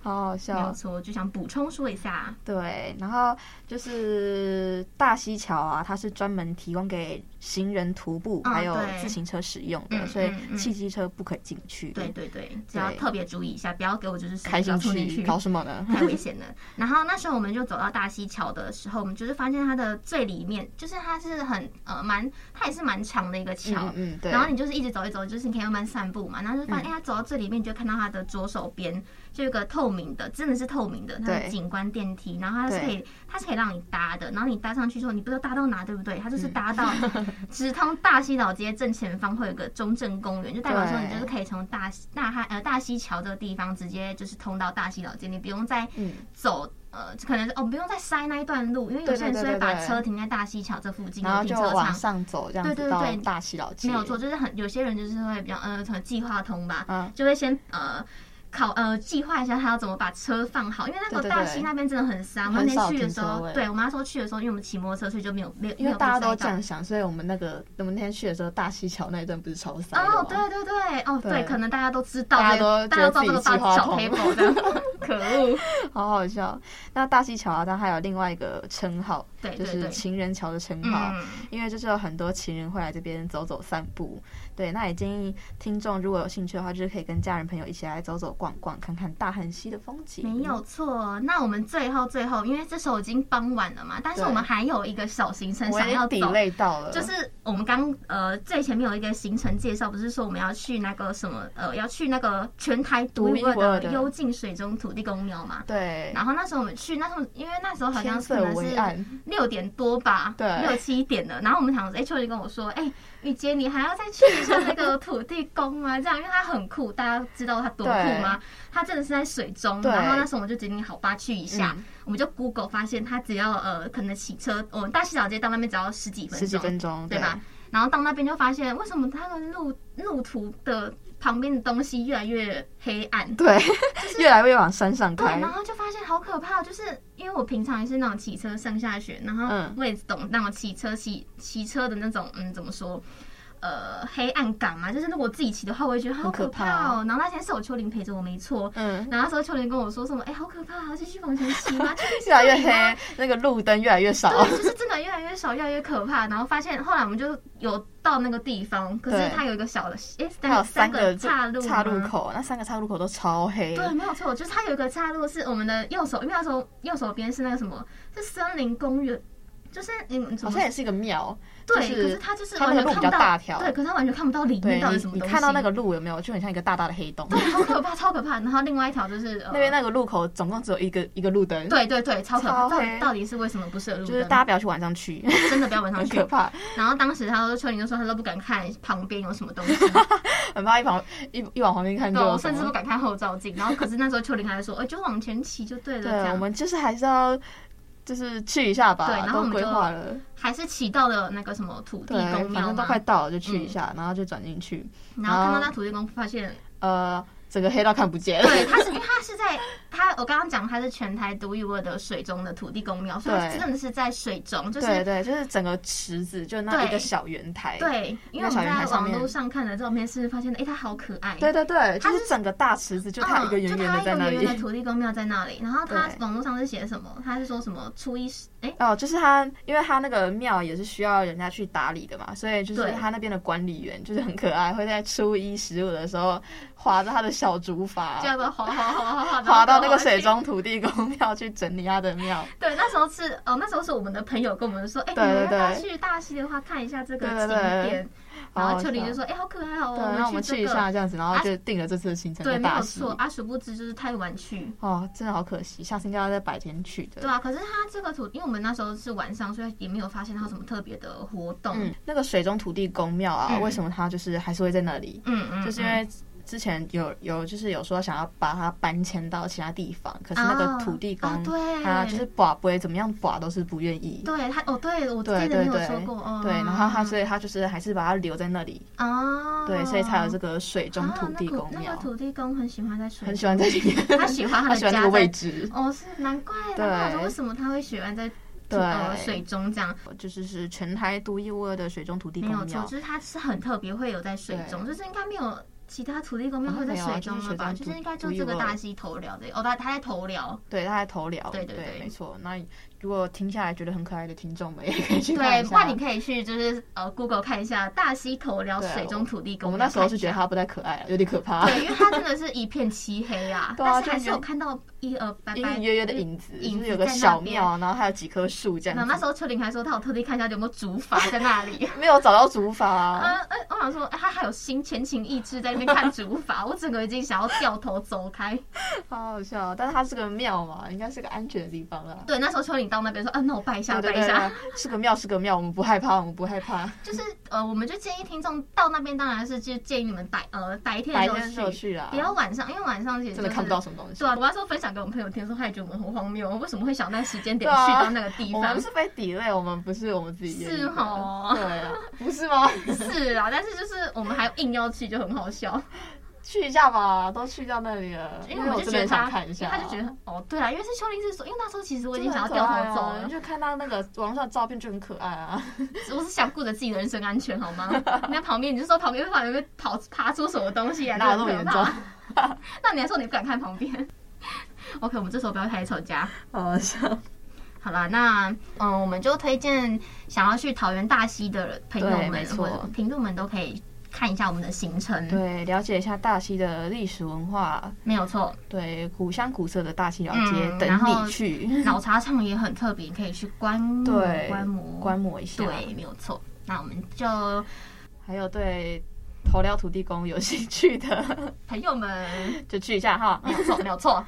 [SPEAKER 2] 好好
[SPEAKER 1] 没有
[SPEAKER 2] 笑。
[SPEAKER 1] 错，就想补充说一下，
[SPEAKER 2] 对，然后就是大溪桥啊，它是专门提供给行人徒步
[SPEAKER 1] 嗯
[SPEAKER 2] 还有
[SPEAKER 1] 对
[SPEAKER 2] 自行车使用的，
[SPEAKER 1] 嗯
[SPEAKER 2] 所以
[SPEAKER 1] 嗯嗯
[SPEAKER 2] 汽机车不可以进去。
[SPEAKER 1] 对，对对，只要
[SPEAKER 2] 对
[SPEAKER 1] 特别注意一下，不要给我就是手
[SPEAKER 2] 开
[SPEAKER 1] 不要
[SPEAKER 2] 进
[SPEAKER 1] 冲进
[SPEAKER 2] 去
[SPEAKER 1] 去，
[SPEAKER 2] 搞什么
[SPEAKER 1] (laughs)
[SPEAKER 2] 呢？
[SPEAKER 1] 太危险了。然后那时候我们就走到大溪桥的时候，我们就是发现它的最里面，就是它是很呃蛮，它也是蛮长的一个桥。
[SPEAKER 2] 嗯嗯，对嗯
[SPEAKER 1] 然。后你就是一直走一走，就是你可以慢慢散步嘛。然后就发现，哎、它走到最里面，你就看到它的左手边就有一个透明的，真的是透明的，它的
[SPEAKER 2] 对
[SPEAKER 1] 景观电梯。然后它是
[SPEAKER 2] 对
[SPEAKER 1] 可以，它是可以让你搭的。然后你搭上去之后，你不知道搭到哪，对不对？它就是搭
[SPEAKER 2] (laughs)
[SPEAKER 1] 到直通大溪老街正前方会有一个中正公园，就代表说你
[SPEAKER 2] 对
[SPEAKER 1] 就是可以从大溪大汉呃大溪桥这个地方直接就是通到大溪老街，你不用再
[SPEAKER 2] 嗯
[SPEAKER 1] 走。呃，可能哦，不用再塞那一段路，因为有
[SPEAKER 2] 对
[SPEAKER 1] 些人
[SPEAKER 2] 对
[SPEAKER 1] 是
[SPEAKER 2] 对
[SPEAKER 1] 会把
[SPEAKER 2] 对对
[SPEAKER 1] 车停在大溪桥这附近
[SPEAKER 2] 然
[SPEAKER 1] 的
[SPEAKER 2] 后
[SPEAKER 1] 停
[SPEAKER 2] 就
[SPEAKER 1] 车
[SPEAKER 2] 往
[SPEAKER 1] 场，
[SPEAKER 2] 上走，这样
[SPEAKER 1] 对对
[SPEAKER 2] 子到
[SPEAKER 1] 对
[SPEAKER 2] 大溪老街。嗯
[SPEAKER 1] 没有错，就是很有些人就是会比较呃，可能计划通吧，
[SPEAKER 2] 嗯
[SPEAKER 1] 就会先呃考呃计划一下他要怎么把车放好，因为那
[SPEAKER 2] 对
[SPEAKER 1] 个
[SPEAKER 2] 对
[SPEAKER 1] 大
[SPEAKER 2] 对
[SPEAKER 1] 溪那边真的很塞。我
[SPEAKER 2] 很
[SPEAKER 1] 们那
[SPEAKER 2] 少
[SPEAKER 1] 天去的
[SPEAKER 2] 停
[SPEAKER 1] 时
[SPEAKER 2] 车
[SPEAKER 1] 候，
[SPEAKER 2] 位
[SPEAKER 1] 对我妈说去的时候，因为我们骑摩托车去就没有没有
[SPEAKER 2] 因
[SPEAKER 1] 没
[SPEAKER 2] 为
[SPEAKER 1] 有
[SPEAKER 2] 大家
[SPEAKER 1] 被塞
[SPEAKER 2] 都
[SPEAKER 1] 到
[SPEAKER 2] 这样想，所以我们那个我们那天去的时候，大溪桥那一段不是超塞的吗
[SPEAKER 1] 哦，对对对，哦对，
[SPEAKER 2] 对
[SPEAKER 1] 可能大家都知道
[SPEAKER 2] 大家
[SPEAKER 1] 这个，
[SPEAKER 2] 都
[SPEAKER 1] 大家
[SPEAKER 2] 觉得
[SPEAKER 1] 知道这个
[SPEAKER 2] 自己
[SPEAKER 1] 大
[SPEAKER 2] 计划
[SPEAKER 1] 小
[SPEAKER 2] 通
[SPEAKER 1] table 的， (laughs) 可恶。
[SPEAKER 2] (laughs) 好好笑。那大溪桥啊，它还有另外一个称号，
[SPEAKER 1] 对
[SPEAKER 2] 就
[SPEAKER 1] 对
[SPEAKER 2] 是
[SPEAKER 1] 对，
[SPEAKER 2] 情人桥的称号。
[SPEAKER 1] 嗯，
[SPEAKER 2] 因为就是有很多情人会来这边走走散步，对，那也建议听众如果有兴趣的话，就是可以跟家人朋友一起来走走逛逛，看看大汉溪的风景。
[SPEAKER 1] 没有错。那我们最后最后，因为这时候已经傍晚了嘛，但是
[SPEAKER 2] 对
[SPEAKER 1] 我们还有一个小行程
[SPEAKER 2] 我
[SPEAKER 1] 想
[SPEAKER 2] 也
[SPEAKER 1] 要
[SPEAKER 2] 抵
[SPEAKER 1] 走。
[SPEAKER 2] 累到了，
[SPEAKER 1] 就是我们刚呃最前面有一个行程介绍，不是说我们要去那个什么呃要去那个全台独一无
[SPEAKER 2] 独一无
[SPEAKER 1] 二的
[SPEAKER 2] 二的
[SPEAKER 1] 幽静水中土地公庙嘛。
[SPEAKER 2] 对，
[SPEAKER 1] 然后那时候我们去，那时候因为那时候好像
[SPEAKER 2] 天
[SPEAKER 1] 是
[SPEAKER 2] 色
[SPEAKER 1] 可能
[SPEAKER 2] 微
[SPEAKER 1] 是
[SPEAKER 2] 暗，
[SPEAKER 1] 六点多吧，
[SPEAKER 2] 对
[SPEAKER 1] 六七点了。然后我们想说，哎、秋林跟我说，哎、雨杰，你还要再去一下那个土地公吗？这样，因为它很酷，大家知道它多酷吗？它真的是在水中。
[SPEAKER 2] 对
[SPEAKER 1] 然后那时候我们就决定好吧，去一下。
[SPEAKER 2] 嗯
[SPEAKER 1] 我们就 Google 发现，它只要呃，可能骑车，我们大溪老街到那边只要十几分钟，
[SPEAKER 2] 十几分钟，
[SPEAKER 1] 对吧？？然后到那边就发现，为什么它的路路途的旁边的东西越来越黑暗？
[SPEAKER 2] 对， (laughs) 越来越往山上
[SPEAKER 1] 对，
[SPEAKER 2] 开
[SPEAKER 1] 然，后就发现好可怕哦，就是因为我平常也是那种骑车上下学，然后
[SPEAKER 2] 嗯
[SPEAKER 1] 我也懂那种骑车骑骑车的那种，嗯，怎么说？呃，黑暗感嘛，就是如果我自己骑的话，我会觉得好可怕
[SPEAKER 2] 很可
[SPEAKER 1] 哦。然后那天是有秋玲陪着我，没错。
[SPEAKER 2] 嗯，
[SPEAKER 1] 然后那时候秋玲跟我说什么，哎、好可怕，继续往前骑
[SPEAKER 2] (laughs)
[SPEAKER 1] 吗？秋玲
[SPEAKER 2] 越来越
[SPEAKER 1] 是这里吗
[SPEAKER 2] 黑，那个路灯越来越少，
[SPEAKER 1] 对，就是真的越来越少，越来越可怕。然后发现后来我们就有到那个地方，可是
[SPEAKER 2] 对
[SPEAKER 1] 它有一个小的，哎、
[SPEAKER 2] 还有
[SPEAKER 1] 三
[SPEAKER 2] 三
[SPEAKER 1] 个
[SPEAKER 2] 个
[SPEAKER 1] 岔路，
[SPEAKER 2] 岔路。口，那三个岔路口都超黑，
[SPEAKER 1] 对，没有错，就是它有一个岔路是我们的右手，因为那时候右手边是那个什么，是森林公园，就是你们怎
[SPEAKER 2] 好
[SPEAKER 1] 么
[SPEAKER 2] 像也是一个庙，
[SPEAKER 1] 对，
[SPEAKER 2] 就是
[SPEAKER 1] 可是它就是
[SPEAKER 2] 它
[SPEAKER 1] 完
[SPEAKER 2] 那个
[SPEAKER 1] 全
[SPEAKER 2] 路
[SPEAKER 1] 看
[SPEAKER 2] 比
[SPEAKER 1] 不到，
[SPEAKER 2] 较大条
[SPEAKER 1] 对，可是它完全看不到里
[SPEAKER 2] 对
[SPEAKER 1] 面到底
[SPEAKER 2] 你
[SPEAKER 1] 是什么
[SPEAKER 2] 你
[SPEAKER 1] 东西。
[SPEAKER 2] 看到那个路有没有，就很像一个大大的黑洞，
[SPEAKER 1] 对，好可怕，超可怕。然后另外一条就是、呃、
[SPEAKER 2] 那边那个路口总共只有一个一个路灯，
[SPEAKER 1] 对对对，超可怕。
[SPEAKER 2] 超
[SPEAKER 1] 到底
[SPEAKER 2] 黑
[SPEAKER 1] 到底是为什么不适合路
[SPEAKER 2] 就是
[SPEAKER 1] 灯？
[SPEAKER 2] 大家不要去晚上去，
[SPEAKER 1] 真的不要晚上
[SPEAKER 2] (laughs) 很
[SPEAKER 1] 去
[SPEAKER 2] 可。怕，
[SPEAKER 1] 然后当时他说秋玲就说他都不敢看旁边有什么东西，
[SPEAKER 2] 很怕一旁一一往旁边看就
[SPEAKER 1] 对，我
[SPEAKER 2] 有什
[SPEAKER 1] 甚至不
[SPEAKER 2] 么。
[SPEAKER 1] 敢看后照镜。然后可是那时候秋玲还说，哎、就往前骑就对了，
[SPEAKER 2] 对
[SPEAKER 1] 这，
[SPEAKER 2] 我
[SPEAKER 1] 样。
[SPEAKER 2] 们就是还是要就是去一下
[SPEAKER 1] 对然
[SPEAKER 2] 吧，
[SPEAKER 1] 后我
[SPEAKER 2] 都
[SPEAKER 1] 们
[SPEAKER 2] 规
[SPEAKER 1] 就
[SPEAKER 2] 划了，
[SPEAKER 1] 还是骑到了那个什么土地
[SPEAKER 2] 对，
[SPEAKER 1] 公
[SPEAKER 2] 反
[SPEAKER 1] 庙
[SPEAKER 2] 正都
[SPEAKER 1] 嘛，嗯
[SPEAKER 2] 快哦到了就去一下，然后就转进去，
[SPEAKER 1] 然后看到那土地公，发现，
[SPEAKER 2] 呃，整个黑到看不见了。 (laughs)
[SPEAKER 1] 对，它是因为它是在它，我刚刚讲它是全台独一无二的水中的土地公庙，所以它
[SPEAKER 2] 对
[SPEAKER 1] 真的是在水中，就是
[SPEAKER 2] 对对，就是整个池子，就那一
[SPEAKER 1] 对
[SPEAKER 2] 个小圆台。
[SPEAKER 1] 对，因为我
[SPEAKER 2] 那小
[SPEAKER 1] 们
[SPEAKER 2] 圆
[SPEAKER 1] 在
[SPEAKER 2] 台上
[SPEAKER 1] 网
[SPEAKER 2] 面
[SPEAKER 1] 络上看的照片是发现，哎，它好可爱，
[SPEAKER 2] 对对对，
[SPEAKER 1] 它
[SPEAKER 2] 就是是整个大池子，就
[SPEAKER 1] 嗯，
[SPEAKER 2] 它一个圆圆的在那
[SPEAKER 1] 就它一个圆
[SPEAKER 2] 里 (laughs)
[SPEAKER 1] 圆。的土地公庙在那里，然后它
[SPEAKER 2] 对
[SPEAKER 1] 网络上是写什么？它是说什么初一十，哎，
[SPEAKER 2] 哦，就是它，因为它那个庙也是需要人家去打理的嘛，所以就是
[SPEAKER 1] 对
[SPEAKER 2] 它那边的管理员就是很可爱，会在初一十五的时候划着他的小竹筏，
[SPEAKER 1] 叫做滑滑滑滑滑，
[SPEAKER 2] 划啊到那个水
[SPEAKER 1] 中。
[SPEAKER 2] 中土地公庙去整理他的庙。
[SPEAKER 1] 对，那时候是哦，那时候是我们的朋友跟我们说，哎、
[SPEAKER 2] 对
[SPEAKER 1] 你们要
[SPEAKER 2] 对
[SPEAKER 1] 不要
[SPEAKER 2] 对
[SPEAKER 1] 去大溪的话看一下这个景
[SPEAKER 2] 对对
[SPEAKER 1] 点？
[SPEAKER 2] 对
[SPEAKER 1] 然
[SPEAKER 2] 好
[SPEAKER 1] 后
[SPEAKER 2] 好
[SPEAKER 1] 秋玲就说，
[SPEAKER 2] 笑
[SPEAKER 1] 哎、好可爱哦、
[SPEAKER 2] 对，那我们
[SPEAKER 1] 去
[SPEAKER 2] 去
[SPEAKER 1] 这
[SPEAKER 2] 一
[SPEAKER 1] 个
[SPEAKER 2] 下这样子，然后
[SPEAKER 1] 啊
[SPEAKER 2] 就定了这次的行程
[SPEAKER 1] 对，
[SPEAKER 2] 在
[SPEAKER 1] 没
[SPEAKER 2] 大
[SPEAKER 1] 有
[SPEAKER 2] 溪。
[SPEAKER 1] 错啊，殊不知就是太晚去。
[SPEAKER 2] 哦，真的好可惜，下次应该要在白天去的。
[SPEAKER 1] 对啊，可是它这个土，因为我们那时候是晚上，所以也没有发现它有什么特别的活动。
[SPEAKER 2] 嗯
[SPEAKER 1] 嗯，
[SPEAKER 2] 那个水中土地公庙啊，
[SPEAKER 1] 嗯
[SPEAKER 2] 为什么它就是还是会在那里？
[SPEAKER 1] 嗯嗯，
[SPEAKER 2] 就是因为之前有有就是有说想要把它搬迁到其他地方，可是那
[SPEAKER 1] 啊
[SPEAKER 2] 个土地公、
[SPEAKER 1] 啊对
[SPEAKER 2] 他就是把不会怎么样把都是不愿意。
[SPEAKER 1] 对它哦，对我记
[SPEAKER 2] 对
[SPEAKER 1] 得
[SPEAKER 2] 对
[SPEAKER 1] 你有
[SPEAKER 2] 对
[SPEAKER 1] 说过哦，
[SPEAKER 2] 对，然后他所
[SPEAKER 1] 以
[SPEAKER 2] 以他就是还是把它留在那里，
[SPEAKER 1] 哦，
[SPEAKER 2] 对，所以才有这个水中土地公
[SPEAKER 1] 啊那个。那
[SPEAKER 2] 庙
[SPEAKER 1] 个，土地公很喜欢在水
[SPEAKER 2] 很
[SPEAKER 1] 里，
[SPEAKER 2] 喜欢在里面， (laughs)
[SPEAKER 1] 他喜欢他
[SPEAKER 2] 他
[SPEAKER 1] 的
[SPEAKER 2] 喜欢
[SPEAKER 1] 家
[SPEAKER 2] 那
[SPEAKER 1] 在
[SPEAKER 2] 个
[SPEAKER 1] (laughs)
[SPEAKER 2] 位置，
[SPEAKER 1] 哦，是难怪，难
[SPEAKER 2] 对
[SPEAKER 1] 怪我说为什么他会喜欢在
[SPEAKER 2] 对
[SPEAKER 1] 呃水中这样，
[SPEAKER 2] 就是是全台独一无二的水中土地
[SPEAKER 1] 没
[SPEAKER 2] 公
[SPEAKER 1] 有错，
[SPEAKER 2] 庙
[SPEAKER 1] 就。是它是很特别，会有在水中，就是应该没有其他土地公庙
[SPEAKER 2] 好
[SPEAKER 1] 会
[SPEAKER 2] 像
[SPEAKER 1] 在
[SPEAKER 2] 没有啊
[SPEAKER 1] 水中了吧？
[SPEAKER 2] 就是水中
[SPEAKER 1] 就是应该就
[SPEAKER 2] 独一
[SPEAKER 1] 这个
[SPEAKER 2] 无二
[SPEAKER 1] 大溪头寮的哦，它它在头寮，
[SPEAKER 2] 对，他在头疗，
[SPEAKER 1] 对对对
[SPEAKER 2] 没错。那如果听下来觉得很可爱的听众们，也可以去看
[SPEAKER 1] 对，
[SPEAKER 2] 一
[SPEAKER 1] 不
[SPEAKER 2] 下
[SPEAKER 1] 然你。可以去就是呃 Google 看一下大溪头寮
[SPEAKER 2] 对
[SPEAKER 1] 水中土地公
[SPEAKER 2] 我
[SPEAKER 1] 庙
[SPEAKER 2] 们那时候是觉得
[SPEAKER 1] 看一下
[SPEAKER 2] 他不太可爱啊了，有点可怕，
[SPEAKER 1] 对，因为它真的是一片漆黑啊，
[SPEAKER 2] (laughs) 对啊
[SPEAKER 1] 但是还
[SPEAKER 2] 就是
[SPEAKER 1] 有看到一呃白
[SPEAKER 2] 隐
[SPEAKER 1] 白
[SPEAKER 2] 隐约约的影子，
[SPEAKER 1] 影
[SPEAKER 2] 就
[SPEAKER 1] 子
[SPEAKER 2] 是有个
[SPEAKER 1] 在那
[SPEAKER 2] 小
[SPEAKER 1] 边
[SPEAKER 2] 庙，然后还有几棵树这
[SPEAKER 1] 然后
[SPEAKER 2] 样
[SPEAKER 1] 那
[SPEAKER 2] 子。
[SPEAKER 1] 时候秋玲还说，她有特地看一下有没有竹筏在那里。
[SPEAKER 2] 没有找到竹筏啊，
[SPEAKER 1] 呃，呃，我想说，哎，他还有心前情意志在那边
[SPEAKER 2] (laughs)
[SPEAKER 1] 看竹筏，我整个已经想要掉头走开。
[SPEAKER 2] 好好笑。但是它是个庙嘛，应该是个安全的地方啦。
[SPEAKER 1] 对，那时候秋玲到那边说，啊，那我拜一下，
[SPEAKER 2] 对
[SPEAKER 1] 拜
[SPEAKER 2] 对
[SPEAKER 1] 一
[SPEAKER 2] 对，
[SPEAKER 1] 下。
[SPEAKER 2] 对是个庙是个庙，我们不害怕，我们不害
[SPEAKER 1] (laughs)
[SPEAKER 2] 怕。
[SPEAKER 1] 就是呃，我们就建议听众到那边，当然是就建议你们白呃白天
[SPEAKER 2] 白
[SPEAKER 1] 的
[SPEAKER 2] 天的
[SPEAKER 1] 时
[SPEAKER 2] 时
[SPEAKER 1] 候
[SPEAKER 2] 候
[SPEAKER 1] 去，
[SPEAKER 2] 去啦
[SPEAKER 1] 不，要晚上，因为晚上其实、就
[SPEAKER 2] 真
[SPEAKER 1] 是、
[SPEAKER 2] 的看不到。什么东西
[SPEAKER 1] 对。啊，我那时候分享给我们朋友听，说他也觉得我们很荒谬，为什么会想在时间点
[SPEAKER 2] 对啊
[SPEAKER 1] 去到那个地
[SPEAKER 2] 我
[SPEAKER 1] 方
[SPEAKER 2] 们？是被抵赖，我们不是我们自己愿意的。
[SPEAKER 1] 是哦
[SPEAKER 2] 对啊，不是吗？
[SPEAKER 1] 是啊，但是就是我们还硬要去，就很好笑。
[SPEAKER 2] 去一下吧，都去到那里了，
[SPEAKER 1] 因为我
[SPEAKER 2] 我
[SPEAKER 1] 就
[SPEAKER 2] 真
[SPEAKER 1] 觉
[SPEAKER 2] 的
[SPEAKER 1] 得
[SPEAKER 2] 很
[SPEAKER 1] 他，
[SPEAKER 2] 想看一下，啊
[SPEAKER 1] 他就觉得哦，对啦，因为是秋林寺所，因为那时候其实我已经
[SPEAKER 2] 真的
[SPEAKER 1] 想要
[SPEAKER 2] 很
[SPEAKER 1] 掉头
[SPEAKER 2] 可爱啊
[SPEAKER 1] 走了，
[SPEAKER 2] 就看到那个网上的照片就很可爱啊。
[SPEAKER 1] 我是想顾着自己的人身安全，好吗？ (laughs) 人家旁边你就说旁边旁边会跑爬出什么东西来，啊
[SPEAKER 2] 哪有
[SPEAKER 1] 就
[SPEAKER 2] 那么
[SPEAKER 1] 很
[SPEAKER 2] 严
[SPEAKER 1] 可
[SPEAKER 2] 重
[SPEAKER 1] 怕？ (laughs) 那你还说你不敢看旁边？OK，我们这时候不要开始吵架。
[SPEAKER 2] 好像
[SPEAKER 1] 好啦，那嗯，我们就推荐想要去桃园大溪的朋友
[SPEAKER 2] 对
[SPEAKER 1] 们
[SPEAKER 2] 没错
[SPEAKER 1] 或者听众们都可以看一下我们的行程，
[SPEAKER 2] 对，了解一下大溪的历史文化，
[SPEAKER 1] 没有
[SPEAKER 2] (laughs)
[SPEAKER 1] 错。
[SPEAKER 2] 对古香古色的大溪老街，
[SPEAKER 1] 嗯然
[SPEAKER 2] 等
[SPEAKER 1] 后
[SPEAKER 2] 你去
[SPEAKER 1] 脑茶厂也很特别，可以去观摩
[SPEAKER 2] 对
[SPEAKER 1] 观摩
[SPEAKER 2] (laughs) 观摩一下。
[SPEAKER 1] 对，没有错。那我们就
[SPEAKER 2] 还有对头寮土地公有兴趣的，
[SPEAKER 1] 朋友们，
[SPEAKER 2] 就去一下哈。
[SPEAKER 1] 没有错，没有错。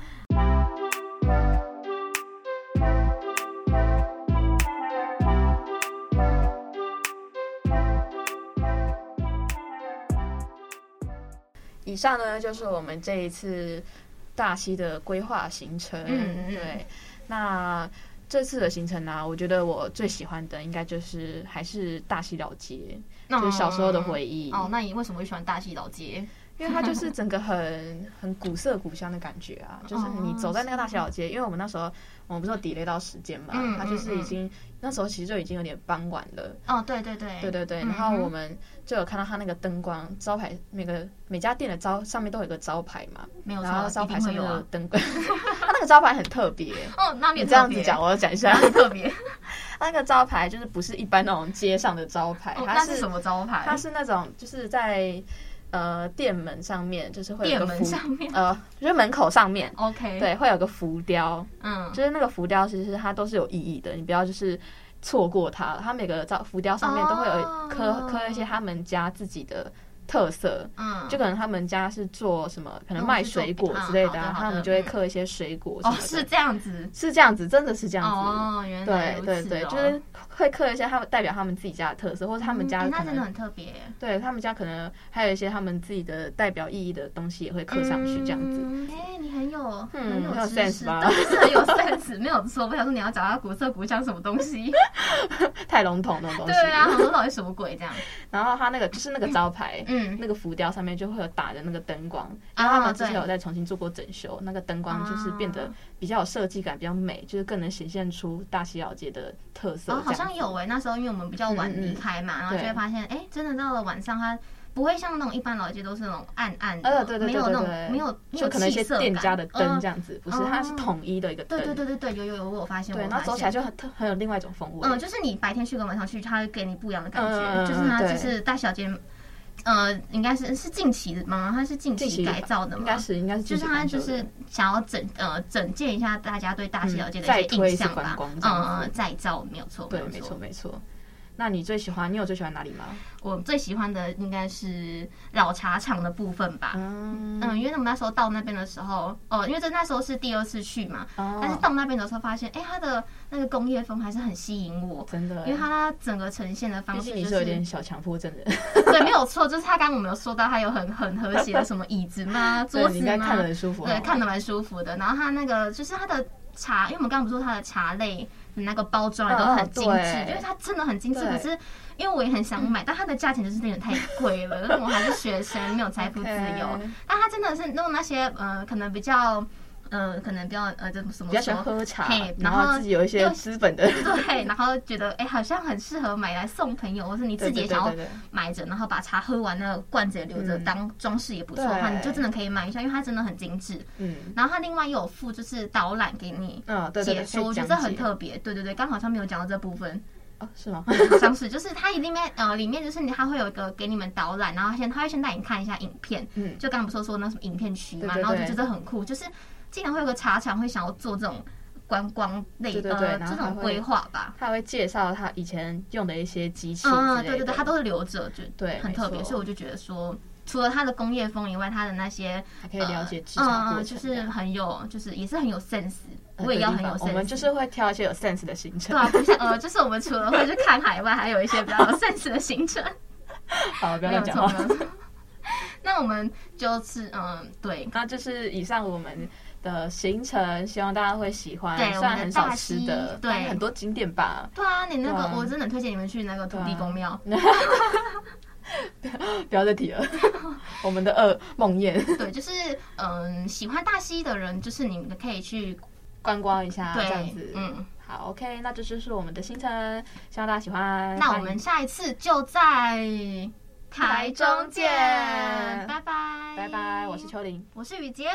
[SPEAKER 2] 以上呢就是我们这一次大溪的规划行程。
[SPEAKER 1] 嗯嗯
[SPEAKER 2] 对，那这次的行程呢、我觉得我最喜欢的应该就是还是大溪老街，
[SPEAKER 1] 那
[SPEAKER 2] (laughs) 就是小时候的回忆，
[SPEAKER 1] 哦，那你为什么会喜欢大溪老街？
[SPEAKER 2] 因为它就是整个很很古色古香的感觉
[SPEAKER 1] (laughs)
[SPEAKER 2] 啊，就是你走在那个大溪老街，因为我们那时候我们不是有 delay 到时间嘛，
[SPEAKER 1] 嗯
[SPEAKER 2] 它就是
[SPEAKER 1] 嗯
[SPEAKER 2] 已
[SPEAKER 1] 嗯
[SPEAKER 2] 经那时候其实就已经有点傍晚了。
[SPEAKER 1] 哦，对对对，
[SPEAKER 2] 对对对，
[SPEAKER 1] 嗯
[SPEAKER 2] 然后我们就有看到它那个灯光招牌，每个每家店的招上面都有一个招牌嘛，
[SPEAKER 1] 没有错，
[SPEAKER 2] 然后招
[SPEAKER 1] 一
[SPEAKER 2] 牌
[SPEAKER 1] 定
[SPEAKER 2] 上
[SPEAKER 1] 会
[SPEAKER 2] 面
[SPEAKER 1] 有
[SPEAKER 2] 的
[SPEAKER 1] 啊。
[SPEAKER 2] 灯光， (laughs) 它那个招牌很特别。
[SPEAKER 1] (laughs) 哦，那
[SPEAKER 2] 你
[SPEAKER 1] 你
[SPEAKER 2] 这样子讲，，我要讲一下，
[SPEAKER 1] (laughs) 那很特别。哦
[SPEAKER 2] 它 (laughs) 那个招牌就是不是一般那种街上的招牌，
[SPEAKER 1] 哦，
[SPEAKER 2] 它
[SPEAKER 1] 那是什么招牌？
[SPEAKER 2] 它是那种就是在呃店门上面，就是会有
[SPEAKER 1] 店
[SPEAKER 2] 个
[SPEAKER 1] 门
[SPEAKER 2] 浮
[SPEAKER 1] 上
[SPEAKER 2] (laughs)
[SPEAKER 1] 面。
[SPEAKER 2] 呃就是门口上面，
[SPEAKER 1] OK，，
[SPEAKER 2] 对，会有个浮雕，
[SPEAKER 1] 嗯，
[SPEAKER 2] 就是那个浮雕其实它都是有意义的，你不要就是错过它。它每个造浮雕上面都会有刻、
[SPEAKER 1] 哦
[SPEAKER 2] 刻一些他们家自己的特色，
[SPEAKER 1] 嗯，
[SPEAKER 2] 就可能他们家是做什么，可能
[SPEAKER 1] 哦
[SPEAKER 2] 卖
[SPEAKER 1] 是做
[SPEAKER 2] 水果
[SPEAKER 1] 饼
[SPEAKER 2] 之类的、
[SPEAKER 1] 啊好的好的
[SPEAKER 2] 他们就会
[SPEAKER 1] 嗯
[SPEAKER 2] 刻一些水果什
[SPEAKER 1] 哦
[SPEAKER 2] 么的。
[SPEAKER 1] 是这样子，
[SPEAKER 2] 是这样子，真的是这样子。
[SPEAKER 1] 哦，原来
[SPEAKER 2] 对
[SPEAKER 1] 如此
[SPEAKER 2] 对
[SPEAKER 1] 哦
[SPEAKER 2] 对，就是会刻一些他们代表他们自己家的特色，或者他们
[SPEAKER 1] 嗯
[SPEAKER 2] 家
[SPEAKER 1] 诶
[SPEAKER 2] 可
[SPEAKER 1] 那真的
[SPEAKER 2] 能
[SPEAKER 1] 很特别，
[SPEAKER 2] 对他们家可能还有一些他们自己的代表意义的东西也会刻上去，这样子。
[SPEAKER 1] 嗯。哎，你很有，
[SPEAKER 2] 嗯
[SPEAKER 1] 很有
[SPEAKER 2] 很有
[SPEAKER 1] 知
[SPEAKER 2] sense
[SPEAKER 1] 识
[SPEAKER 2] 吧
[SPEAKER 1] 对，是很有 sense，没有错。我想说你要找到古色古香什么东西，
[SPEAKER 2] 太笼统那种东西。
[SPEAKER 1] 对啊，我说到底什么鬼这样？
[SPEAKER 2] 然后他那个就是那个招牌，
[SPEAKER 1] 嗯
[SPEAKER 2] 那个浮雕上面就会有打的那个灯光，
[SPEAKER 1] 啊
[SPEAKER 2] 然后他们之前
[SPEAKER 1] 对
[SPEAKER 2] 有在重新做过整修，那个灯光就是变
[SPEAKER 1] 啊
[SPEAKER 2] 得比较有设计感，比较美，就是更能显现出大溪老街的特色。
[SPEAKER 1] 哦，好
[SPEAKER 2] 这样
[SPEAKER 1] 像有哎、那时候因为我们比较晚
[SPEAKER 2] 嗯嗯
[SPEAKER 1] 离开嘛，然后
[SPEAKER 2] 对
[SPEAKER 1] 就会发现，哎、真的到了晚上，它不会像那种一般老街都是那种暗暗的，
[SPEAKER 2] 呃，对对
[SPEAKER 1] 没
[SPEAKER 2] 对
[SPEAKER 1] 有
[SPEAKER 2] 对
[SPEAKER 1] 那种
[SPEAKER 2] 对，
[SPEAKER 1] 没有没有
[SPEAKER 2] 就可能一些
[SPEAKER 1] 气色感
[SPEAKER 2] 店家的灯这
[SPEAKER 1] 嗯
[SPEAKER 2] 样子，不是，它是
[SPEAKER 1] 哦
[SPEAKER 2] 统一的一个灯，
[SPEAKER 1] 对对对对对，有有有，我有发现，我
[SPEAKER 2] 对，
[SPEAKER 1] 有
[SPEAKER 2] 然后走
[SPEAKER 1] 发
[SPEAKER 2] 起来
[SPEAKER 1] 现。
[SPEAKER 2] 就很特很有另外一种风味。
[SPEAKER 1] 嗯，就是你白天去跟晚上去，它会给你不一样的感觉。
[SPEAKER 2] 嗯嗯嗯
[SPEAKER 1] 就是它
[SPEAKER 2] 对
[SPEAKER 1] 就是大小街，呃，应该是是近期的吗？它是近
[SPEAKER 2] 近期
[SPEAKER 1] 期改造的
[SPEAKER 2] 应
[SPEAKER 1] 吗？
[SPEAKER 2] 该是应该是
[SPEAKER 1] 就
[SPEAKER 2] 自
[SPEAKER 1] 是
[SPEAKER 2] 己
[SPEAKER 1] 他
[SPEAKER 2] 翻修
[SPEAKER 1] 就
[SPEAKER 2] 的
[SPEAKER 1] 是想要整呃整建一下大家对大溪了解的一些
[SPEAKER 2] 嗯
[SPEAKER 1] 印象
[SPEAKER 2] 再推一次观
[SPEAKER 1] 吧
[SPEAKER 2] 光，这样子
[SPEAKER 1] 嗯嗯，再造没有错，
[SPEAKER 2] 对，没错没错。那你最喜欢你有最喜欢哪里吗？
[SPEAKER 1] 我最喜欢的应该是老茶厂的部分吧。
[SPEAKER 2] 嗯
[SPEAKER 1] 嗯，因为我们那时候到那边的时候，哦，因为这那时候是第二次去嘛，
[SPEAKER 2] 哦
[SPEAKER 1] 但是到那边的时候发现，哎、它的那个工业风还是很吸引我，
[SPEAKER 2] 真的，
[SPEAKER 1] 因为它整个呈现的方
[SPEAKER 2] 毕
[SPEAKER 1] 式
[SPEAKER 2] 竟
[SPEAKER 1] 就
[SPEAKER 2] 你
[SPEAKER 1] 是
[SPEAKER 2] 是有点小强迫症的，
[SPEAKER 1] (laughs) 对，没有错，就是他刚刚我们有说到，他有很很和谐的什么椅子吗，
[SPEAKER 2] (laughs) 对
[SPEAKER 1] 桌
[SPEAKER 2] 你
[SPEAKER 1] 子
[SPEAKER 2] 应该
[SPEAKER 1] 吗，
[SPEAKER 2] 看得很舒服
[SPEAKER 1] 对
[SPEAKER 2] 哦，
[SPEAKER 1] 看得蛮舒服的。然后他那个就是他的茶，因为我们刚刚不是说他的茶类的那个包装也都
[SPEAKER 2] 嗯嗯
[SPEAKER 1] 很精致，
[SPEAKER 2] 对
[SPEAKER 1] 因为它真的很精致。
[SPEAKER 2] 对
[SPEAKER 1] 可是因为我也很想买，但它的价钱就是有点太贵了，因 (laughs) 为我还是学生，没有财富自由
[SPEAKER 2] OK。
[SPEAKER 1] 但它真的是弄那些呃，可能比较呃，可能比较呃，怎么怎么
[SPEAKER 2] 比较喜欢
[SPEAKER 1] 说
[SPEAKER 2] 喝茶
[SPEAKER 1] 嘿，
[SPEAKER 2] 然
[SPEAKER 1] 然
[SPEAKER 2] 后
[SPEAKER 1] 后
[SPEAKER 2] 自己有一些
[SPEAKER 1] 又
[SPEAKER 2] 资本的，
[SPEAKER 1] (laughs) 对，然后觉得哎、好像很适合买来送朋友，或是你 (laughs) 自己也
[SPEAKER 2] 对对对
[SPEAKER 1] 想要
[SPEAKER 2] 对对
[SPEAKER 1] 买着，然后把茶喝完，那个罐子也留着
[SPEAKER 2] 嗯
[SPEAKER 1] 当装饰也不错的话，
[SPEAKER 2] 对
[SPEAKER 1] 你就真的可以买一下，因为它真的很精致。
[SPEAKER 2] 嗯
[SPEAKER 1] 然后它另外又有附就是导览给你
[SPEAKER 2] 嗯，对对
[SPEAKER 1] 解
[SPEAKER 2] 对，
[SPEAKER 1] 说，我觉
[SPEAKER 2] 讲
[SPEAKER 1] 得这很
[SPEAKER 2] 解
[SPEAKER 1] 特别。对对对，刚好像没有讲到这部
[SPEAKER 2] (laughs)
[SPEAKER 1] 分，
[SPEAKER 2] 哦，是吗？
[SPEAKER 1] 好像是就是它里面呃里面就是你它会有一个给你们导览，然后先它会先带你看一下影片，
[SPEAKER 2] 嗯，
[SPEAKER 1] 就刚刚不是说那什么影片区嘛，
[SPEAKER 2] 对对
[SPEAKER 1] 然后我就
[SPEAKER 2] 对
[SPEAKER 1] 觉得很酷，就是竟然会有个茶厂会想要做这种观光类
[SPEAKER 2] 对对对
[SPEAKER 1] 呃
[SPEAKER 2] 然后
[SPEAKER 1] 这
[SPEAKER 2] 还
[SPEAKER 1] 种
[SPEAKER 2] 会
[SPEAKER 1] 规划吧。
[SPEAKER 2] 他会介绍他以前用的一些机器之
[SPEAKER 1] 嗯，
[SPEAKER 2] 类
[SPEAKER 1] 对对对，
[SPEAKER 2] 的
[SPEAKER 1] 它都是留着，就
[SPEAKER 2] 对
[SPEAKER 1] 很
[SPEAKER 2] 没
[SPEAKER 1] 特别，
[SPEAKER 2] 错
[SPEAKER 1] 所以我就觉得说，除了它的工业风以外，它的那些
[SPEAKER 2] 还可以了解制
[SPEAKER 1] 嗯
[SPEAKER 2] 茶
[SPEAKER 1] 嗯，
[SPEAKER 2] 过
[SPEAKER 1] 就
[SPEAKER 2] 程这
[SPEAKER 1] 是
[SPEAKER 2] 样，
[SPEAKER 1] 很有，就是也是很有 sense，
[SPEAKER 2] 呃
[SPEAKER 1] 我也
[SPEAKER 2] 的
[SPEAKER 1] 要
[SPEAKER 2] 地
[SPEAKER 1] 很有
[SPEAKER 2] 方
[SPEAKER 1] sense，
[SPEAKER 2] 我们就是会挑一些有 sense 的行
[SPEAKER 1] 对
[SPEAKER 2] 程。
[SPEAKER 1] 啊，不像呃，就是我们除了会去看海外，还有一些比较有 sense 的行程，
[SPEAKER 2] 好，不要
[SPEAKER 1] 没有
[SPEAKER 2] 乱讲
[SPEAKER 1] 错
[SPEAKER 2] 话。
[SPEAKER 1] 没有错。那我们就是嗯，对。
[SPEAKER 2] (laughs) 那就是以上我们的行程，希望大家会喜欢。
[SPEAKER 1] 对
[SPEAKER 2] 虽
[SPEAKER 1] 我们
[SPEAKER 2] 然
[SPEAKER 1] 的
[SPEAKER 2] 很少
[SPEAKER 1] 大
[SPEAKER 2] 吃
[SPEAKER 1] 溪
[SPEAKER 2] 的，
[SPEAKER 1] 对
[SPEAKER 2] 但很多景点吧。
[SPEAKER 1] 对啊，你那
[SPEAKER 2] 对
[SPEAKER 1] 个、
[SPEAKER 2] 啊
[SPEAKER 1] 我真的推荐你们去那个土地公庙，
[SPEAKER 2] 不要再提了， (laughs) 我们的二梦魇 (laughs)
[SPEAKER 1] 对，就是嗯，喜欢大溪的人，就是你们可以去
[SPEAKER 2] 观光一下，
[SPEAKER 1] 对，
[SPEAKER 2] 这样子，
[SPEAKER 1] 嗯，
[SPEAKER 2] 好，OK，那这就是我们的行程，希望大家喜欢。
[SPEAKER 1] 那我
[SPEAKER 2] 欢迎
[SPEAKER 1] 们下一次就在
[SPEAKER 2] 台
[SPEAKER 1] 台
[SPEAKER 2] 中
[SPEAKER 1] 中
[SPEAKER 2] 见
[SPEAKER 1] 见，拜拜，
[SPEAKER 2] 拜拜，我是，秋玲。
[SPEAKER 1] 我是雨杰，